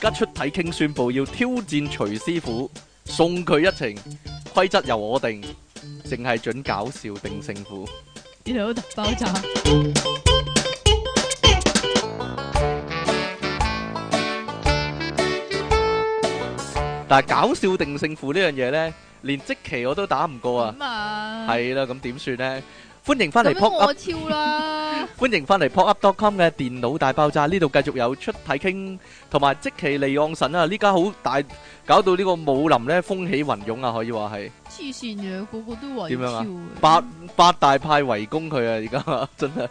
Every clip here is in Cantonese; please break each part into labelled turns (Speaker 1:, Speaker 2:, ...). Speaker 1: 家出體傾宣布要挑戰徐師傅，送佢一程。規則由我定，淨係準搞笑定勝負。
Speaker 2: 呢度都大爆炸，
Speaker 1: 但係搞笑定勝負呢樣嘢呢，連即期我都打唔過啊。
Speaker 2: 咁啊，
Speaker 1: 係啦，咁點算呢？歡迎翻嚟
Speaker 2: 咁
Speaker 1: pop
Speaker 2: 樣
Speaker 1: up
Speaker 2: 我超啦，
Speaker 1: 歡迎翻嚟 popup.com 嘅電腦大爆炸，呢度繼續有出體傾同埋即其利昂神啊！呢家好大，搞到呢個武林咧風起雲湧啊，可以話係
Speaker 2: 黐線嘅，個個都話
Speaker 1: 點樣啊
Speaker 2: 要
Speaker 1: 八八大派圍攻佢啊！而家 真係，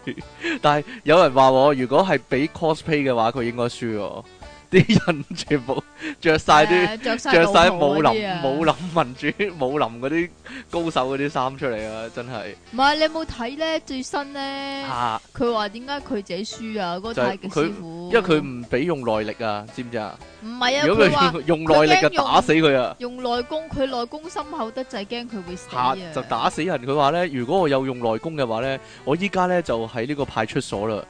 Speaker 1: 但係有人話我，如果係俾 cosplay 嘅話，佢應該輸喎。啲人全部 着晒啲。
Speaker 2: 啲着晒
Speaker 1: 着晒
Speaker 2: 老
Speaker 1: 武
Speaker 2: 毛嗰啲
Speaker 1: 林
Speaker 2: 啊
Speaker 1: 武林民主 武林嗰啲高手嗰啲衫出嚟啊！真係
Speaker 2: 唔係你有冇睇咧最新咧？
Speaker 1: 嚇，
Speaker 2: 佢話點解佢自己輸啊？嗰個
Speaker 1: 就係
Speaker 2: 太極師
Speaker 1: 因
Speaker 2: 傅，
Speaker 1: 為佢唔俾用內力啊，知唔知啊？
Speaker 2: 唔係啊，
Speaker 1: 如果
Speaker 2: 佢
Speaker 1: 佢
Speaker 2: 話
Speaker 1: 用用內力就
Speaker 2: 佢驚用
Speaker 1: 打死佢啊！
Speaker 2: 用內功，佢內功深厚得滯，驚佢會死啊
Speaker 1: 吓！就打死人。佢話咧，如果我有用內功嘅話咧，我依家咧就喺呢個派出所啦，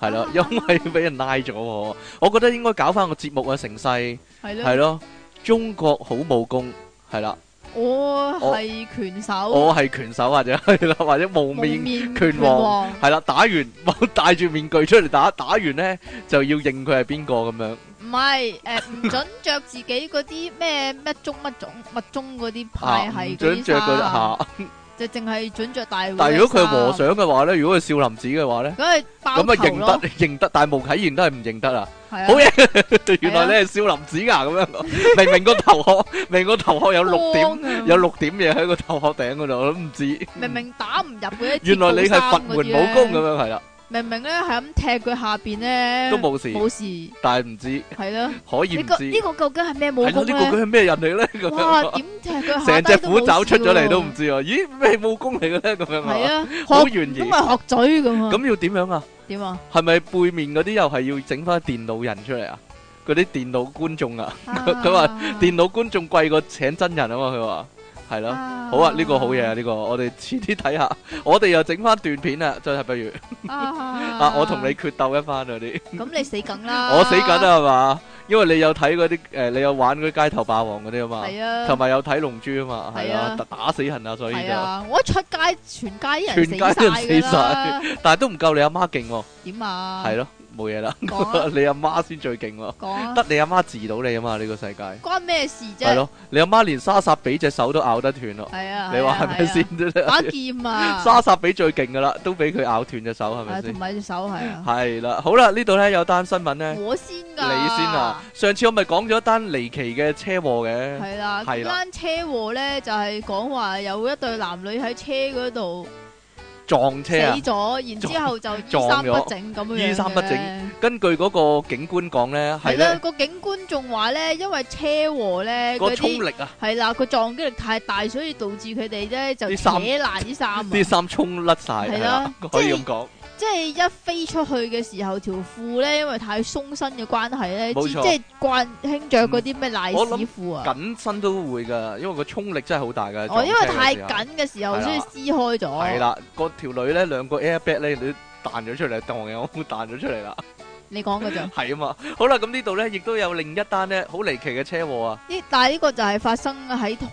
Speaker 1: 係啦
Speaker 2: 啊，
Speaker 1: 因為俾人拉咗我。我覺得應該搞翻個節目啊，成世係
Speaker 2: 係咯，
Speaker 1: 咯，中國好武功係啦，
Speaker 2: 我
Speaker 1: 我
Speaker 2: 係拳手，
Speaker 1: 我係拳手或者 係啦，或者蒙
Speaker 2: 蒙
Speaker 1: 面
Speaker 2: 面
Speaker 1: 拳王係啦，打完 我戴住面具出嚟打，打完咧就要認佢係邊個咁樣。
Speaker 2: 唔係誒， 唔准着自己嗰啲咩咩中乜種乜中嗰啲
Speaker 1: 啊
Speaker 2: 派
Speaker 1: 唔
Speaker 2: 系嗰
Speaker 1: 准
Speaker 2: 啲
Speaker 1: 着佢
Speaker 2: 衫
Speaker 1: 吓，
Speaker 2: 就淨係准着大會嘅衫。
Speaker 1: 但係如果佢係和尚嘅話咧，如果佢少林寺嘅話咧，
Speaker 2: 梗係爆
Speaker 1: 咁啊
Speaker 2: 頭
Speaker 1: 認
Speaker 2: 咯，
Speaker 1: 得認得，但係無啟賢都係唔認得啊。
Speaker 2: 係啊
Speaker 1: 好原來你係少林寺㗎咁樣， 明明個頭 殼，明明個頭殼有六點，
Speaker 2: 光啊
Speaker 1: 有六點嘢喺個頭殼頂嗰度，我都唔知。
Speaker 2: 明明打唔入嗰啲，
Speaker 1: 原來你係佛門武功咁
Speaker 2: 咁，
Speaker 1: 樣係啦，
Speaker 2: 明明咧係咁踢佢下邊咧，
Speaker 1: 都冇事，
Speaker 2: 冇 事，係
Speaker 1: 但係唔知
Speaker 2: 咯。
Speaker 1: 可以
Speaker 2: 呢
Speaker 1: 唔
Speaker 2: 個
Speaker 1: 知
Speaker 2: 呢個究竟係咩武
Speaker 1: 係咯？
Speaker 2: 功
Speaker 1: 呢個
Speaker 2: 咧？
Speaker 1: 佢係咩人嚟咧？咁
Speaker 2: 哇，
Speaker 1: 樣
Speaker 2: 點踢佢下
Speaker 1: 成
Speaker 2: 低
Speaker 1: 隻
Speaker 2: 都
Speaker 1: 虎爪
Speaker 2: 冇
Speaker 1: 出
Speaker 2: 事
Speaker 1: 咗嚟
Speaker 2: 喎
Speaker 1: 都唔知啊！咦，咩武功嚟嘅咧？咁樣
Speaker 2: 係
Speaker 1: 啊，
Speaker 2: 啊，
Speaker 1: 好
Speaker 2: 學
Speaker 1: 懸
Speaker 2: 咁
Speaker 1: 疑。
Speaker 2: 咪學嘴咁啊？
Speaker 1: 咁要點樣啊？
Speaker 2: 點啊？
Speaker 1: 係咪背面嗰啲又係要整翻電腦人出嚟啊？嗰啲電腦觀眾啊， 佢話電腦觀眾貴過請真人啊嘛？佢話係咯。好啊，呢個好嘢啊，呢個我哋 遲啲睇下，我哋又整翻段片啊，真係不如 啊，
Speaker 2: 啊
Speaker 1: 我同你決鬥一番嗰啲，
Speaker 2: 咁你死梗啦！
Speaker 1: 我死緊啦係嘛，因為你有睇嗰啲誒，你有玩嗰啲街頭霸王嗰啲啊嘛，
Speaker 2: 係啊，
Speaker 1: 同埋有睇龍珠啊嘛，係
Speaker 2: 係
Speaker 1: 啊
Speaker 2: 啊，
Speaker 1: 打打死人啊，所以
Speaker 2: 係
Speaker 1: 就，
Speaker 2: 啊！我一出街，全街啲
Speaker 1: 全
Speaker 2: 人死
Speaker 1: 街啲人
Speaker 2: 晒
Speaker 1: 死
Speaker 2: 㗎
Speaker 1: 晒
Speaker 2: 啦，
Speaker 1: 但係都唔夠你阿媽勁喎，
Speaker 2: 點啊？
Speaker 1: 係咯，冇嘢啦，
Speaker 2: 講啊，
Speaker 1: 你阿媽先最勁喎，
Speaker 2: 講啊，
Speaker 1: 得你阿媽治到你啊嘛，呢個世界
Speaker 2: 關咩事啫？
Speaker 1: 係，咯，你阿媽連莎莎比隻手都咬得斷咯，
Speaker 2: 係啊，
Speaker 1: 你話係咪
Speaker 2: 係啊？係啊打
Speaker 1: 先？
Speaker 2: 劍啊，
Speaker 1: 莎莎比最勁噶啦，都俾佢咬斷隻手，係咪
Speaker 2: 係
Speaker 1: 先
Speaker 2: 同？埋隻手係啊，
Speaker 1: 系啦，好啦，呢度呢有單新聞呢，
Speaker 2: 我先
Speaker 1: 你
Speaker 2: 噶，
Speaker 1: 先啊。。上次我咪講咗一單離奇嘅車禍嘅，
Speaker 2: 系啦，
Speaker 1: 係
Speaker 2: 嗰
Speaker 1: 啦
Speaker 2: 單車禍咧就係講話有一對男女喺車嗰度
Speaker 1: 撞
Speaker 2: 死
Speaker 1: 車啊！
Speaker 2: 咗，然之後就衣
Speaker 1: 撞
Speaker 2: 衫
Speaker 1: 咗
Speaker 2: 不整咁樣
Speaker 1: 衣衫不整
Speaker 2: 嘅
Speaker 1: 根據嗰個警官講呢，係
Speaker 2: 係啦，
Speaker 1: 呢
Speaker 2: 個警官仲話咧，因為車禍咧
Speaker 1: 個
Speaker 2: 嗰
Speaker 1: 衝
Speaker 2: 啲
Speaker 1: 力啊，
Speaker 2: 係啦，個撞擊力太大，所以導致佢哋咧就
Speaker 1: 啲
Speaker 2: 扯
Speaker 1: 衫
Speaker 2: 爛啲衫啊，
Speaker 1: 啲衫衝甩晒，係
Speaker 2: 係
Speaker 1: 啦
Speaker 2: 啦，
Speaker 1: 可以
Speaker 2: 即
Speaker 1: 咁
Speaker 2: 係
Speaker 1: 講，
Speaker 2: 即係一飛出去嘅時候，條褲咧因為太鬆身嘅關係咧，
Speaker 1: 冇
Speaker 2: 知即
Speaker 1: 錯
Speaker 2: 係慣興着嗰啲咩賴
Speaker 1: 我諗
Speaker 2: 屎褲啊，
Speaker 1: 緊身都會噶，因為個衝力真係好大噶。
Speaker 2: 哦，因為
Speaker 1: 為
Speaker 2: 太，緊嘅時候
Speaker 1: 係，啦
Speaker 2: 所以撕開咗，
Speaker 1: 係啦，個條女呢，兩個 airbag 咧，你彈咗出嚟，當有彈咗出嚟啦，
Speaker 2: 你講嘅咋？
Speaker 1: 係啊嘛。好啦，咁呢度呢，亦都有另一單呢，好離奇嘅車禍啊，
Speaker 2: 呢但係呢個就係發生喺台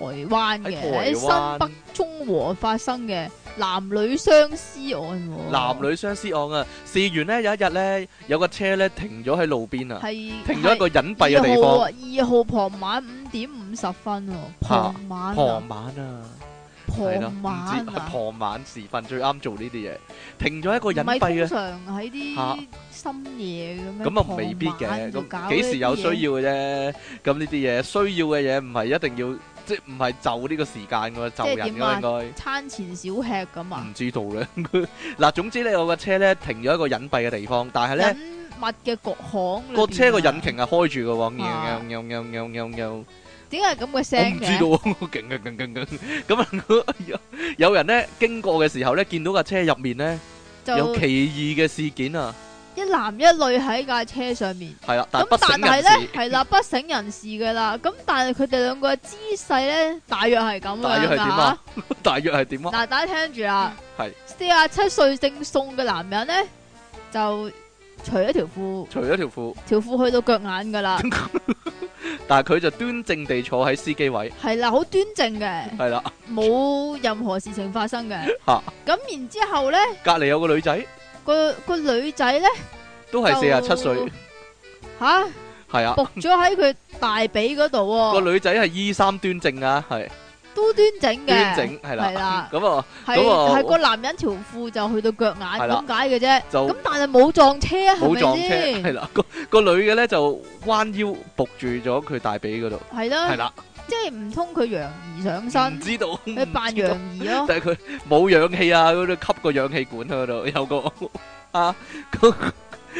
Speaker 1: 喺
Speaker 2: 灣嘅，
Speaker 1: 台灣
Speaker 2: 喺新北中和發生嘅男女相思案喎。
Speaker 1: 男女相思案啊，事緣呢，有一日呢，有個車呢停咗喺路邊啊。
Speaker 2: 係
Speaker 1: 停咗一個隱蔽嘅
Speaker 2: 二
Speaker 1: 地
Speaker 2: 號
Speaker 1: 方。
Speaker 2: 啊二號傍晚五點五十分喎，傍晚啊
Speaker 1: 傍晚啊，係啦，唔
Speaker 2: 傍晚
Speaker 1: 知係
Speaker 2: 啊，
Speaker 1: 傍晚時分最啱做呢啲嘢。停咗一個
Speaker 2: 唔
Speaker 1: 隱蔽
Speaker 2: 係通
Speaker 1: 嘅，
Speaker 2: 常喺
Speaker 1: 嚇
Speaker 2: 啲深夜咁樣，
Speaker 1: 咁啊未必嘅。咁幾時有需要
Speaker 2: 要？
Speaker 1: 嘅啫？咁呢啲嘢需要嘅嘢唔係一定要，即係唔係就呢個時間㗎，就
Speaker 2: 係
Speaker 1: 人
Speaker 2: 點啊
Speaker 1: 㗎應
Speaker 2: 餐前小吃咁
Speaker 1: 該。
Speaker 2: 啊，
Speaker 1: 唔知道咧。嗱，總之咧，我個車咧停咗一個隱蔽嘅地方，但係
Speaker 2: 隱
Speaker 1: 咧
Speaker 2: 密嘅國行
Speaker 1: 個
Speaker 2: 個
Speaker 1: 車個引擎係開住嘅喎，
Speaker 2: 啊
Speaker 1: 喵喵喵喵喵喵
Speaker 2: 點解係咁嘅
Speaker 1: 我
Speaker 2: 聲
Speaker 1: 唔知
Speaker 2: 嘅
Speaker 1: 道？ 喎，勁勁勁勁勁咁啊！有有人咧經過嘅時候咧，見到架車入面咧有
Speaker 2: 就
Speaker 1: 奇異嘅事件啊，
Speaker 2: 一男一女喺架車上面。
Speaker 1: 係啦，但係
Speaker 2: 咁
Speaker 1: 不
Speaker 2: 但
Speaker 1: 省
Speaker 2: 係
Speaker 1: 人
Speaker 2: 咧，
Speaker 1: 事，
Speaker 2: 係啦， 不省人事噶啦。咁但係佢哋兩個嘅姿勢咧，大約係咁樣
Speaker 1: 大約係點
Speaker 2: 㗎
Speaker 1: 啊？大約係點
Speaker 2: 嚇
Speaker 1: 啊？
Speaker 2: 嗱，大家聽住啦。
Speaker 1: 係
Speaker 2: 四廿七歲正送嘅男人咧，就除咗條褲，
Speaker 1: 除咗條褲，
Speaker 2: 條褲去到腳眼噶啦，
Speaker 1: 但係佢就端正地坐喺司機位，
Speaker 2: 係啦，好端正嘅，
Speaker 1: 係啦，
Speaker 2: 冇任何事情發生嘅。
Speaker 1: 嚇
Speaker 2: 咁然之後咧，
Speaker 1: 隔離有個女仔
Speaker 2: 個個女仔咧
Speaker 1: 都係四十七歲
Speaker 2: 就，吓
Speaker 1: 係啊，
Speaker 2: 仆咗喺佢大髀嗰度
Speaker 1: 個
Speaker 2: 喎，
Speaker 1: 女仔係衣衫端正啊，係
Speaker 2: 都端整嘅，
Speaker 1: 端正，係
Speaker 2: 係啦
Speaker 1: 啦，咁啊
Speaker 2: 係
Speaker 1: 咁啊
Speaker 2: 係個男人條褲就去到腳眼
Speaker 1: 係啦
Speaker 2: 咁解嘅啫。
Speaker 1: 就
Speaker 2: 咁但係冇撞車啊，係
Speaker 1: 冇撞
Speaker 2: 咪
Speaker 1: 車，
Speaker 2: 先？
Speaker 1: 係啦，個個女嘅咧就彎腰仆住咗佢大髀嗰度，
Speaker 2: 係
Speaker 1: 係
Speaker 2: 啦，
Speaker 1: 啦，
Speaker 2: 即係唔通佢楊怡上
Speaker 1: 唔
Speaker 2: 身，
Speaker 1: 知道，
Speaker 2: 佢
Speaker 1: 唔
Speaker 2: 扮
Speaker 1: 知道
Speaker 2: 楊 怡咯，
Speaker 1: 但係佢冇氧氣啊，嗰度吸個氧氣管喺嗰度，有個 啊，個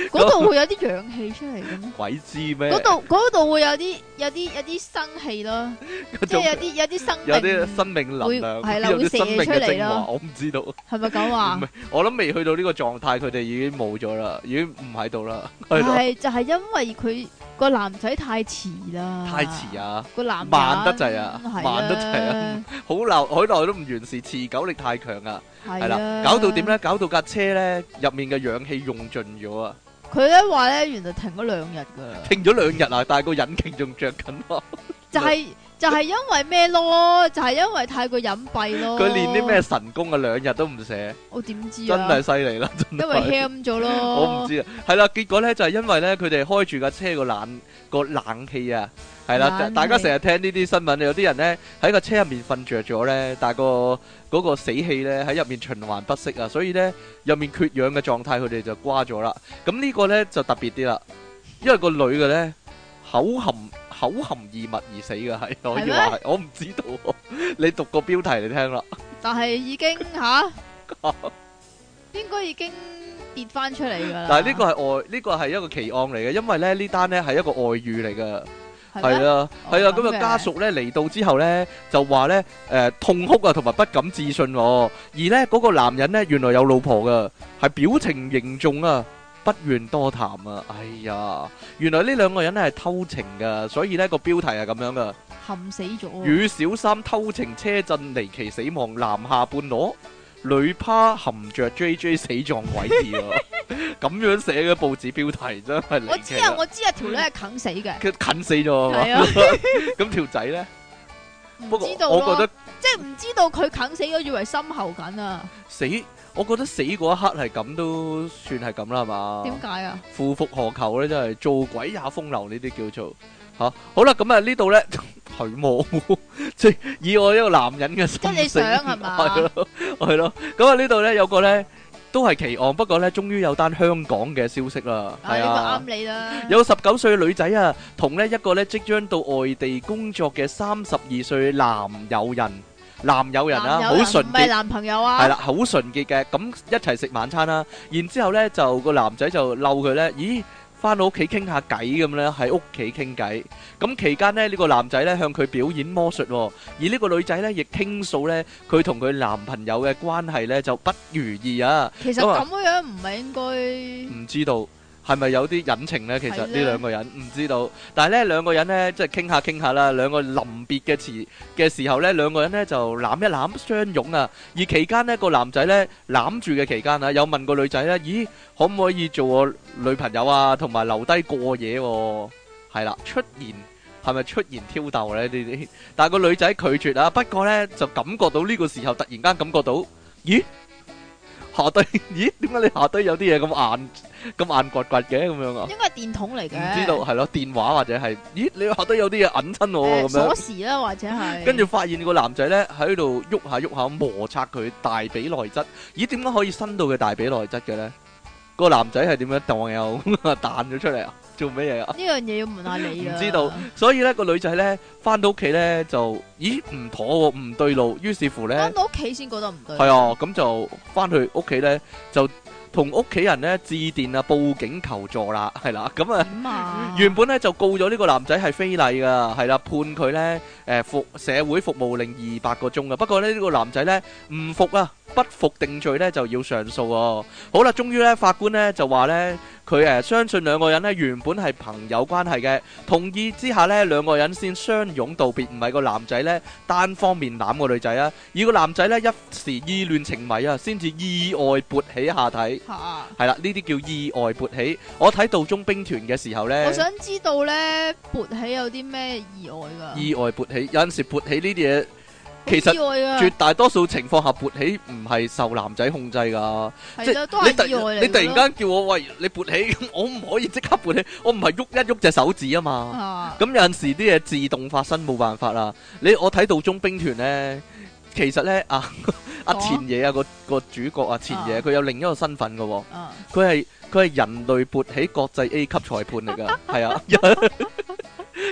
Speaker 2: 嗰度會有啲氧氣出嚟嘅咩？
Speaker 1: 鬼知咩？
Speaker 2: 嗰度嗰度會有啲有啲有啲生氣咯，
Speaker 1: 嗰
Speaker 2: 即係有
Speaker 1: 種
Speaker 2: 啲有啲生
Speaker 1: 有啲
Speaker 2: 命
Speaker 1: 生命能 量，
Speaker 2: 會係啦
Speaker 1: 有
Speaker 2: 會
Speaker 1: 啲
Speaker 2: 射
Speaker 1: 生命
Speaker 2: 出
Speaker 1: 嘅
Speaker 2: 嚟
Speaker 1: 精華，
Speaker 2: 咯
Speaker 1: 我唔知道。
Speaker 2: 係咪咁
Speaker 1: 唔
Speaker 2: 啊
Speaker 1: 係？ 我諗未去到呢個狀態，佢哋已經冇咗啦，已經唔喺度啦，係咯，
Speaker 2: 係就係因為佢個男仔太遲啦，
Speaker 1: 太遲！啊，
Speaker 2: 個男人
Speaker 1: 慢得滯啊
Speaker 2: 係
Speaker 1: 慢得滯啊好耐好耐都唔完事，持久力太強啊，
Speaker 2: 啦，
Speaker 1: 係
Speaker 2: 係
Speaker 1: 啦，
Speaker 2: 啦，
Speaker 1: 搞到點？咧？搞到架車咧入面嘅氧氣用盡咗啊，
Speaker 2: 佢咧話咧，原來停咗兩日㗎，
Speaker 1: 停咗兩日啊，但係個引擎仲着緊喎，
Speaker 2: 就係就係因為咩咯？就係因為太過隱蔽咯。
Speaker 1: 佢練啲咩？神功啊，兩日都唔寫，
Speaker 2: 我點知
Speaker 1: 真
Speaker 2: 啊？
Speaker 1: 係犀利啦，真
Speaker 2: 因為
Speaker 1: 係。
Speaker 2: ham 咗咯。
Speaker 1: 我唔知啊，係啦，結果咧就係、因為咧佢哋開住架車個冷個冷氣啊，係啦，
Speaker 2: 冷氣
Speaker 1: 大家成日聽呢啲新聞，有啲人咧喺個車入面瞓着咗咧，但係個嗰個死氣咧喺入面循環不息啊，所以咧入面缺氧嘅狀態，佢哋就瓜咗啦。咁呢個咧就特別啲啦，因為個女嘅咧口含口含異物而死嘅係，我
Speaker 2: 係
Speaker 1: 以
Speaker 2: 咩啊
Speaker 1: 話係，我唔知道喎，你讀個標題嚟聽啦，
Speaker 2: 但係已經吓， 應該已經跌翻出嚟㗎啦。
Speaker 1: 但係呢個係外呢、個係一個奇案嚟嘅，因為咧呢單咧係一個外遇嚟嘅。
Speaker 2: 係
Speaker 1: 係
Speaker 2: 咩
Speaker 1: 啊，
Speaker 2: 哦
Speaker 1: 係啊，
Speaker 2: 咁
Speaker 1: 咁啊
Speaker 2: 嘅
Speaker 1: 家屬咧嚟到之後咧，就話咧誒痛哭啊，同埋不敢置信喎。而咧嗰個男人咧，原來有老婆噶，係表情凝重啊，不願多談啊。哎呀，原來呢兩個人咧係偷情噶，所以咧個標題係咁樣噶，
Speaker 2: 含死咗啊。
Speaker 1: 與小三偷情車震離奇死亡，男下半裸。女趴含着 J J 死狀詭異 喎，咁樣寫嘅報紙標題真係
Speaker 2: 我
Speaker 1: 離
Speaker 2: 知
Speaker 1: 奇
Speaker 2: 啊，
Speaker 1: 啦！
Speaker 2: 我知啊，條女係啃死嘅。
Speaker 1: 佢近死咗喎
Speaker 2: 係啊，
Speaker 1: 咁條仔咧？
Speaker 2: 唔
Speaker 1: 嗯不過
Speaker 2: 知道
Speaker 1: 我覺
Speaker 2: 咯
Speaker 1: 得。
Speaker 2: 即係唔知道佢啃死咗，以為深喉緊啊？
Speaker 1: 死，我覺得死嗰一刻係咁都算係咁啦，係嘛？
Speaker 2: 點解啊？
Speaker 1: 負復何求咧？真係做鬼也風流呢啲叫做嚇、好啦，咁啊呢度 咧佢冇， 即係以我一個男人嘅心
Speaker 2: 即係你
Speaker 1: 性
Speaker 2: 想係嘛
Speaker 1: 係咯 係咯，咁啊呢度咧有個咧都係奇案，不過咧終於有單香港嘅消息啦，
Speaker 2: 啊，
Speaker 1: 係
Speaker 2: 呢
Speaker 1: 啊。
Speaker 2: 個啱你啦。
Speaker 1: 有19歲嘅女仔啊，同呢一個呢即將到外地工作嘅32歲男友人。男友人啊，
Speaker 2: 男友人唔
Speaker 1: 好純潔，
Speaker 2: 係男朋友啊？
Speaker 1: 係啦，好純潔嘅。咁一齊食晚餐啦。然之後呢，就個男仔就嬲佢呢，咦，返到屋企傾下偈咁呢，喺屋企傾偈。咁期間呢，呢個男仔呢，向佢表演魔術喎。而呢個女仔呢，亦傾訴呢，佢同佢男朋友嘅關係呢，就不如意啊。
Speaker 2: 其實
Speaker 1: 咁啊
Speaker 2: 咁樣唔係應該
Speaker 1: 唔知道係咪有啲隱情呢？其實
Speaker 2: 係
Speaker 1: 呢
Speaker 2: 啦
Speaker 1: 兩個人唔知道，但係呢兩個人呢，即係傾下傾下啦。兩個臨別嘅時嘅時候呢，兩個人呢就攬一攬相擁啊。而期間呢，個男仔呢攬住嘅期間啊，有問個女仔呢：咦，可唔可以做我女朋友啊？同埋留低過夜喎、係啦，出言係咪出言挑逗呢？呢啲，但係個女仔拒絕啊。不過呢，就感覺到呢個時候突然間感覺到，咦，下低， 咦，點解你下低有啲嘢咁硬咁硬掘掘嘅咁樣啊？
Speaker 2: 應該係電筒嚟
Speaker 1: 唔
Speaker 2: 嘅。
Speaker 1: 知道係咯，電話或者係，咦，你下低有啲嘢揞親我喎
Speaker 2: 誒
Speaker 1: 咁樣
Speaker 2: 鎖。匙啦，或者係
Speaker 1: 跟住發現個男仔呢喺度喐下喐下摩擦佢大髀內側，咦點解可以伸到佢大髀內側嘅呢？個男仔係點樣蕩又 彈咗出嚟啊？做咩嘢啊？
Speaker 2: 呢樣嘢要問下你啦。啊
Speaker 1: 唔知道所以呢個女仔呢，翻到屋企呢，就咦唔妥喎，唔對路，於是乎呢，
Speaker 2: 翻到屋企先覺得唔對。
Speaker 1: 係啊，咁就翻去屋企呢，就同屋企人呢致電啊報警求助啦，係啦，咁啊。
Speaker 2: 點啊？
Speaker 1: 原本咧就告咗呢個男仔係非禮噶，係啦，判佢咧誒服社會服務令二百個鐘噶。不過咧呢、呢個男仔咧唔服啊，不服定罪咧就要上訴哦。好啦，終於咧法官咧就話咧佢誒相信兩個人咧原本係朋友關係嘅，同意之下咧兩個人先相擁道別，唔係個男仔咧單方面攬個女仔啊，而個男仔咧一時意亂情迷啊，先至意外勃起下體。
Speaker 2: 吓，
Speaker 1: 係啦，呢啲叫意外勃起。我睇《道中兵團》嘅時候咧
Speaker 2: 我，想知道咧勃起有啲咩意外噶？
Speaker 1: 意外勃起有陣時勃起呢啲嘢，
Speaker 2: 好
Speaker 1: 其實
Speaker 2: 意外啊，
Speaker 1: 絕大多數情況下勃起唔係受男仔控制㗎。即
Speaker 2: 係
Speaker 1: 係
Speaker 2: 咯，都
Speaker 1: 你
Speaker 2: 係意
Speaker 1: 突
Speaker 2: 外嚟㗎咯。
Speaker 1: 你突然間叫我喂，你勃起，我唔可以即刻勃起，我唔係喐一喐隻手指啊嘛。
Speaker 2: 啊，
Speaker 1: 咁、有陣時啲嘢自動發生，冇辦法啦。你我睇到中兵團呢，其實呢，啊 阿
Speaker 2: 講
Speaker 1: 田野啊個個主角啊田野，
Speaker 2: 啊
Speaker 1: 佢有另一個身份嘅喎，
Speaker 2: 啊
Speaker 1: 佢係佢係人類勃起國際 A 級裁判嚟㗎，係啊。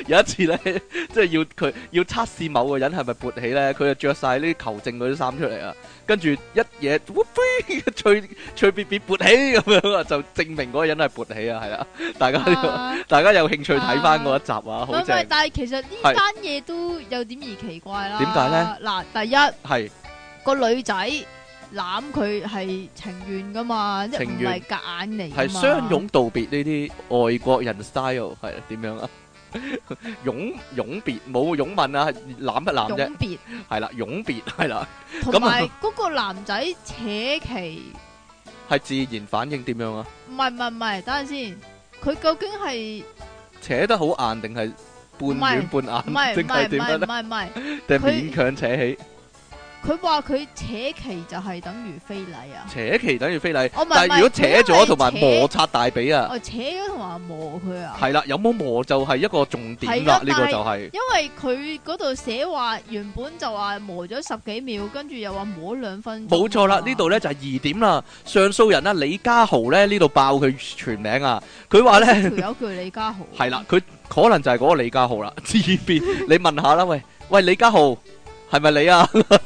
Speaker 1: 有一次呢， 即係要佢要測試某個人係咪勃起呢，佢就着晒呢啲球證嗰啲衫出嚟啊，跟住一嘢，呼飛， 吹吹別別勃起咁樣啊，就證明嗰個人係勃起啊，係啦，大家、
Speaker 2: 啊
Speaker 1: 大家有興趣睇翻嗰一集啊，好
Speaker 2: 唔係唔
Speaker 1: 正
Speaker 2: 係，，但係其實呢
Speaker 1: 係
Speaker 2: 單嘢都有點而奇怪啦。
Speaker 1: 點解
Speaker 2: 咧？嗱，第
Speaker 1: 係
Speaker 2: 一個女仔攬佢係情願噶嘛，即係
Speaker 1: 情
Speaker 2: 唔
Speaker 1: 願
Speaker 2: 係夾硬嚟㗎嘛。
Speaker 1: 係相擁道別呢啲外國人 style 係點樣啊？ 擁擁別冇擁吻啊，係攬一攬啫，
Speaker 2: 擁別，
Speaker 1: 係啦，擁別 係啦，
Speaker 2: 同
Speaker 1: 咁啊
Speaker 2: 埋嗰個男仔扯旗，
Speaker 1: 係自然反應點樣啊？
Speaker 2: 唔係唔係唔係，等陣先，佢究竟係
Speaker 1: 扯得好硬定係半軟半
Speaker 2: 唔
Speaker 1: 硬，
Speaker 2: 係唔
Speaker 1: 定係
Speaker 2: 係唔
Speaker 1: 點
Speaker 2: 係
Speaker 1: 樣
Speaker 2: 唔
Speaker 1: 咧？
Speaker 2: 係唔係？
Speaker 1: 定係
Speaker 2: 佢
Speaker 1: 勉強扯起？
Speaker 2: 佢話佢扯旗就係等於非禮啊！
Speaker 1: 扯旗等於非禮，
Speaker 2: 我唔係
Speaker 1: 但係如果扯咗同埋摩，擦大髀啊，
Speaker 2: 我扯咗同埋磨佢啊！
Speaker 1: 係啦，有冇磨就係一個重點啦，
Speaker 2: 係啦
Speaker 1: 呢個就係
Speaker 2: 因為佢嗰度寫話原本就話磨咗十幾秒，跟住又話磨咗兩分鐘
Speaker 1: 冇錯啦
Speaker 2: 啊。嘛
Speaker 1: 呢度呢就係二點啦。上訴人啊，李家豪呢，呢度爆佢全名啊，佢話呢，
Speaker 2: 條友叫李家 豪，
Speaker 1: 係啦，佢可能就係嗰個李家豪啦， 自辯你問下啦，喂喂，李家豪係咪你啊？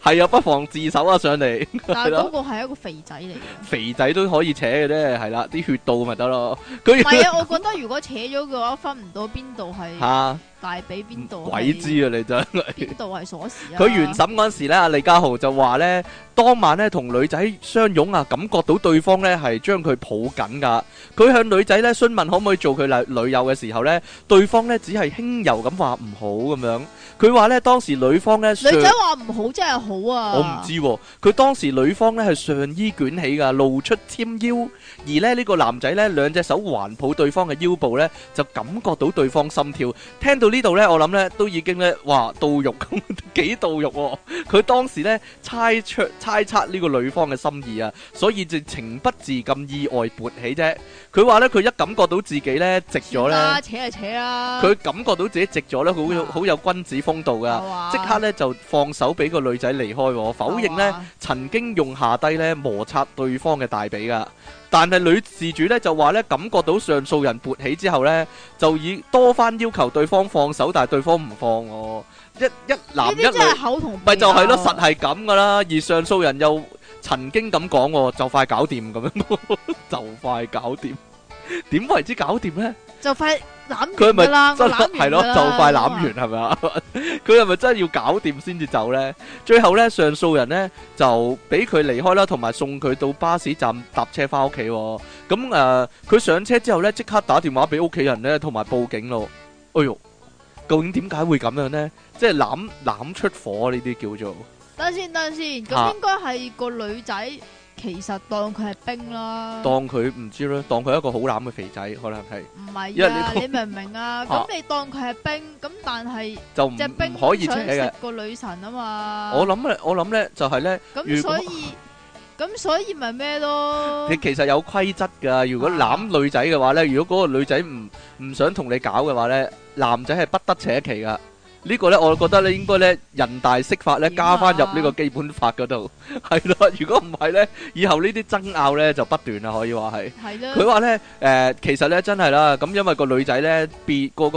Speaker 1: 係啊，不妨自首啊，上嚟。
Speaker 2: 但係嗰個係一個肥仔嚟嘅。
Speaker 1: 肥仔都可以扯嘅啫，係啦，啲血道咪得咯。佢
Speaker 2: 唔係啊，我覺得如果扯咗嘅話，分唔到邊度係
Speaker 1: 吓
Speaker 2: 大髀，邊度係
Speaker 1: 鬼知啊你真係。
Speaker 2: 邊度係鎖匙啊！
Speaker 1: 佢原審嗰陣時咧，阿李家豪就話咧，當晚咧同女仔相擁啊，感覺到對方咧係將佢抱緊噶。佢向女仔咧詢問可唔可以做佢女女友嘅時候咧，對方咧只係輕柔咁話唔好咁樣。佢話咧當時女方咧上
Speaker 2: 女仔話唔好，真係好啊！
Speaker 1: 我唔知喎，佢當時女方咧係上衣捲起噶，露出纖腰，而咧呢個男仔咧兩隻手環抱對方嘅腰部咧，就感覺到對方心跳。聽到呢度咧，我諗咧都已經咧，哇，到肉咁幾到肉喎、佢當時咧猜測猜測呢個女方嘅心意啊，所以就情不自禁意外勃起啫。佢話咧佢一感覺到自己咧直咗咧，
Speaker 2: 啦，扯啊就扯啦。
Speaker 1: 佢感覺到自己直咗咧，好有好有君子風度噶。
Speaker 2: 係嘛
Speaker 1: 即刻咧就放手俾個女仔離開喎，否認
Speaker 2: 係
Speaker 1: 咧
Speaker 2: 嘛
Speaker 1: 曾經用下低咧摩擦對方嘅大髀噶。但係女事主咧就話咧感覺到上訴人勃起之後咧，就以多番要求對方放手，但係對方唔放我。一一男
Speaker 2: 呢
Speaker 1: 一
Speaker 2: 啲真係
Speaker 1: 女，
Speaker 2: 口同鼻啊
Speaker 1: 咪就係咯，
Speaker 2: 拗
Speaker 1: 實係咁噶啦。而上訴人又曾經咁講喎，就快搞掂咁樣， 就快搞掂。點為之搞掂咧？
Speaker 2: 就快攬
Speaker 1: 佢
Speaker 2: 佢
Speaker 1: 咪
Speaker 2: 咪啦，
Speaker 1: 真
Speaker 2: 我攬
Speaker 1: 係咯，
Speaker 2: 完㗎啦
Speaker 1: 就快攬完係咪啊？ 佢係咪真係要搞掂先至走呢？最後呢，上訴人呢就俾佢離開啦，同埋送佢到巴士站搭車翻屋企喎。咁誒，呃佢、上車之後呢，即刻打電話俾屋企人呢，同埋報警咯。哎呦，究竟點解會咁樣呢？即係攬攬出火呢啲叫做
Speaker 2: 等陣先，等陣先，
Speaker 1: 啊
Speaker 2: 咁應該係個女仔其實當佢係冰啦，
Speaker 1: 當佢唔知啦，當佢一個好攬嘅肥仔，可能係
Speaker 2: 唔
Speaker 1: 因為
Speaker 2: 係
Speaker 1: 你
Speaker 2: 啊？
Speaker 1: 當
Speaker 2: 你明唔明啊？
Speaker 1: 啊
Speaker 2: 咁你當佢係冰，咁但係
Speaker 1: 就唔
Speaker 2: 只冰
Speaker 1: 唔可以扯
Speaker 2: 想
Speaker 1: 嘅
Speaker 2: 食。個女神啊嘛，
Speaker 1: 我諗咧，我諗咧就係呢。
Speaker 2: 咁
Speaker 1: 如果
Speaker 2: 所以咁所以咪咩咯
Speaker 1: 你？其實有規則㗎，如果
Speaker 2: 啊
Speaker 1: 攬女仔嘅話呢，如果嗰個女仔唔唔想同你搞嘅話呢，男仔係不得扯旗㗎。呢個呢，我覺得咧應該呢，人大釋法呢，
Speaker 2: 點
Speaker 1: 加
Speaker 2: 啊
Speaker 1: 翻入呢個基本法嗰度， 係咯。如果唔係呢，以後呢啲爭拗呢就不斷啦，可以話係。
Speaker 2: 係 啦，
Speaker 1: 佢話呢，誒、其實呢，真係啦，咁因為個女仔呢，別嗰、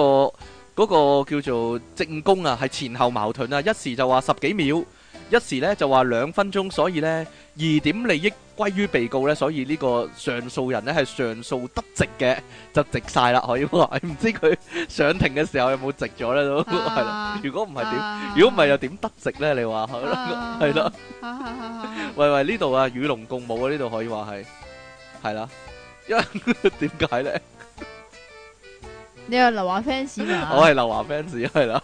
Speaker 1: 個嗰個叫做正宮啊，係前後矛盾啊，一時就話十幾秒，一時咧就話兩分鐘，所以咧疑點利益歸於被告咧，所以呢個上訴人咧係上訴得直嘅，就直晒啦，可以話。唔知佢上庭嘅時候有冇直咗咧都係啦。
Speaker 2: 啊
Speaker 1: 如果唔係點？
Speaker 2: 啊
Speaker 1: 如果唔係又點得直咧？你話係啦，
Speaker 2: 啊
Speaker 1: 係啦。
Speaker 2: 啊啊啊啊
Speaker 1: 喂喂，呢度啊與龍共舞啊，呢度可以話係係啦。因為 點解咧？
Speaker 2: 你係劉華 fans 嘛？
Speaker 1: 我係劉華 fans 係啦，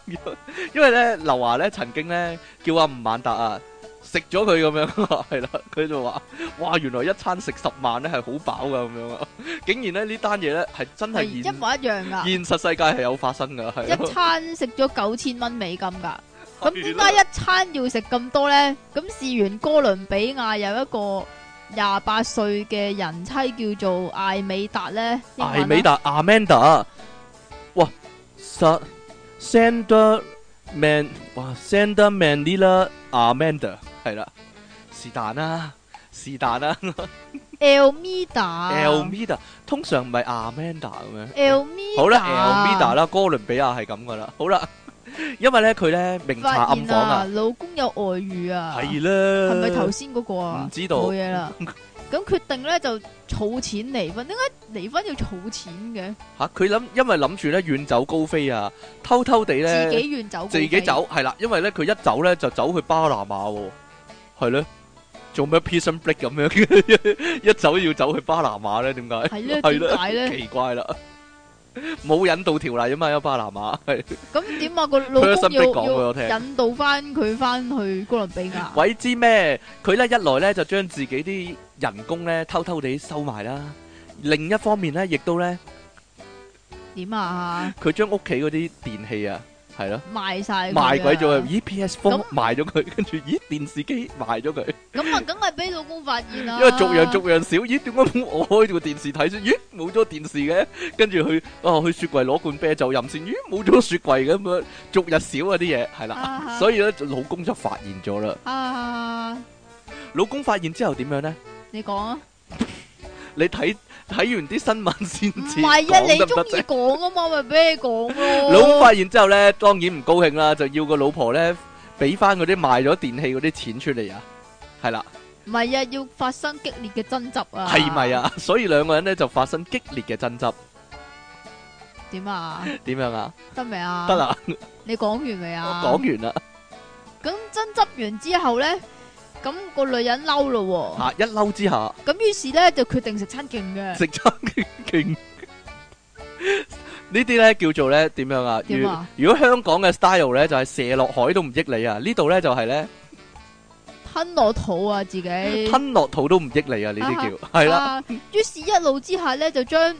Speaker 1: 因為咧劉華咧曾經咧叫阿吳孟達啊食咗佢咁樣，係啦，佢就話：哇，原來一餐食十萬咧係好飽噶咁樣啊！竟然咧呢單嘢咧係真係
Speaker 2: 一
Speaker 1: 現
Speaker 2: 模一樣㗎。
Speaker 1: 現實世界係有發生噶，係
Speaker 2: 一
Speaker 1: 咯，
Speaker 2: 餐食咗九千蚊美金㗎。咁
Speaker 1: 係
Speaker 2: 點
Speaker 1: 咯
Speaker 2: 解 一餐要食咁多呢？咁事完哥倫比亞有一個廿八歲嘅人妻叫做艾美達呢，英文啊
Speaker 1: 艾美達 Amanda，哇，Sa Sandra Man，哇，Sandra Manila Amanda 係啦，是但啦，是但啦
Speaker 2: Elmida
Speaker 1: ，Elmida 通常唔係 Amanda 咁樣。
Speaker 2: Elmida
Speaker 1: 好啦，Elmida 啦，哥倫比亞係咁噶啦。好 啦，因為咧佢咧明查
Speaker 2: 發
Speaker 1: 暗
Speaker 2: 現
Speaker 1: 訪
Speaker 2: 啊
Speaker 1: 啊，，
Speaker 2: 老公有外遇啊，
Speaker 1: 係
Speaker 2: 係
Speaker 1: 啦，
Speaker 2: 咪頭先嗰個啊？
Speaker 1: 唔知道
Speaker 2: 冇 嘢啦。咁決定呢就儲錢離婚，點解離婚要儲錢嘅？
Speaker 1: 吓佢諗，因為諗住咧遠走高飛啊，偷偷地
Speaker 2: 自
Speaker 1: 咧
Speaker 2: 己願走，
Speaker 1: 自己。走係啦，因為咧佢一走咧就走去巴拿馬喎，係咧做咩 prison break 咁 樣嘅，一走要走去巴拿馬咧，點解？
Speaker 2: 係
Speaker 1: 係
Speaker 2: 咧，點解呢？
Speaker 1: 奇怪啦，冇引渡條例啊嘛，有巴拿馬係。
Speaker 2: 咁點啊？個老公
Speaker 1: Person
Speaker 2: 要
Speaker 1: Big 講俾我聽
Speaker 2: 要引導翻佢翻去哥倫比亞，
Speaker 1: 鬼知咩？佢咧一來咧就將自己啲人工咧偷偷地收埋啦，另一方面咧亦都咧
Speaker 2: 點啊？
Speaker 1: 佢將屋企嗰啲電器啊，係咯
Speaker 2: 賣晒佢啊
Speaker 1: 賣鬼咗佢，咦 PS Four
Speaker 2: 咁
Speaker 1: 賣咗佢， 跟住咦電視機賣咗佢，
Speaker 2: 咁啊，梗係俾老公發現啦。
Speaker 1: 因為逐樣逐樣少，咦點解冇我開個電視睇先？咦冇咗電視嘅，跟住去哦去雪櫃攞罐啤酒飲先，咦冇咗雪櫃嘅咁樣，逐日少啊啲嘢係啦，
Speaker 2: 啊，
Speaker 1: 所以咧老公就發現咗啦。
Speaker 2: 啊，
Speaker 1: 老公發現之後點樣咧？
Speaker 2: 你講啊，
Speaker 1: 你睇睇完啲新聞先
Speaker 2: 唔
Speaker 1: 至
Speaker 2: 係啊，
Speaker 1: 講
Speaker 2: 你
Speaker 1: 得唔
Speaker 2: 中
Speaker 1: 得
Speaker 2: 意
Speaker 1: 啫？
Speaker 2: 講啊嘛，咪俾你講咯。
Speaker 1: 老公發現之後咧，當然唔高興啦，就要個老婆咧俾翻嗰啲賣咗電器嗰啲錢出嚟啊，係啦，
Speaker 2: 唔係啊，要發生激烈嘅爭執啊，
Speaker 1: 係咪？啊？ 所以兩個人咧就發生激烈嘅爭執，
Speaker 2: 點啊？
Speaker 1: 點樣啊？
Speaker 2: 得未啊？
Speaker 1: 得。啦，
Speaker 2: 你講完未啊？
Speaker 1: 我講。完啦，
Speaker 2: 咁爭執完之後咧，咁個女人嬲咯
Speaker 1: 嚇一嬲之下
Speaker 2: 喎，咁於是咧就決定食餐勁嘅。
Speaker 1: 食餐勁，呢啲咧叫做咧點樣啊？
Speaker 2: 點
Speaker 1: 如
Speaker 2: 啊
Speaker 1: 如果香港嘅 style 咧就係射落海都唔益你啊，呢度咧就係咧
Speaker 2: 吞落肚啊，自己
Speaker 1: 吞落肚都唔益你啊，呢啲叫係啦。
Speaker 2: 啦。於是，一路之下咧，就將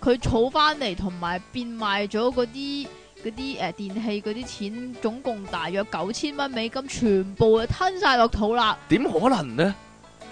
Speaker 2: 佢儲翻嚟，同埋變賣咗嗰啲嗰啲誒電器嗰啲錢，總共大約九千蚊美金，全部就吞晒落肚啦。
Speaker 1: 點可能呢？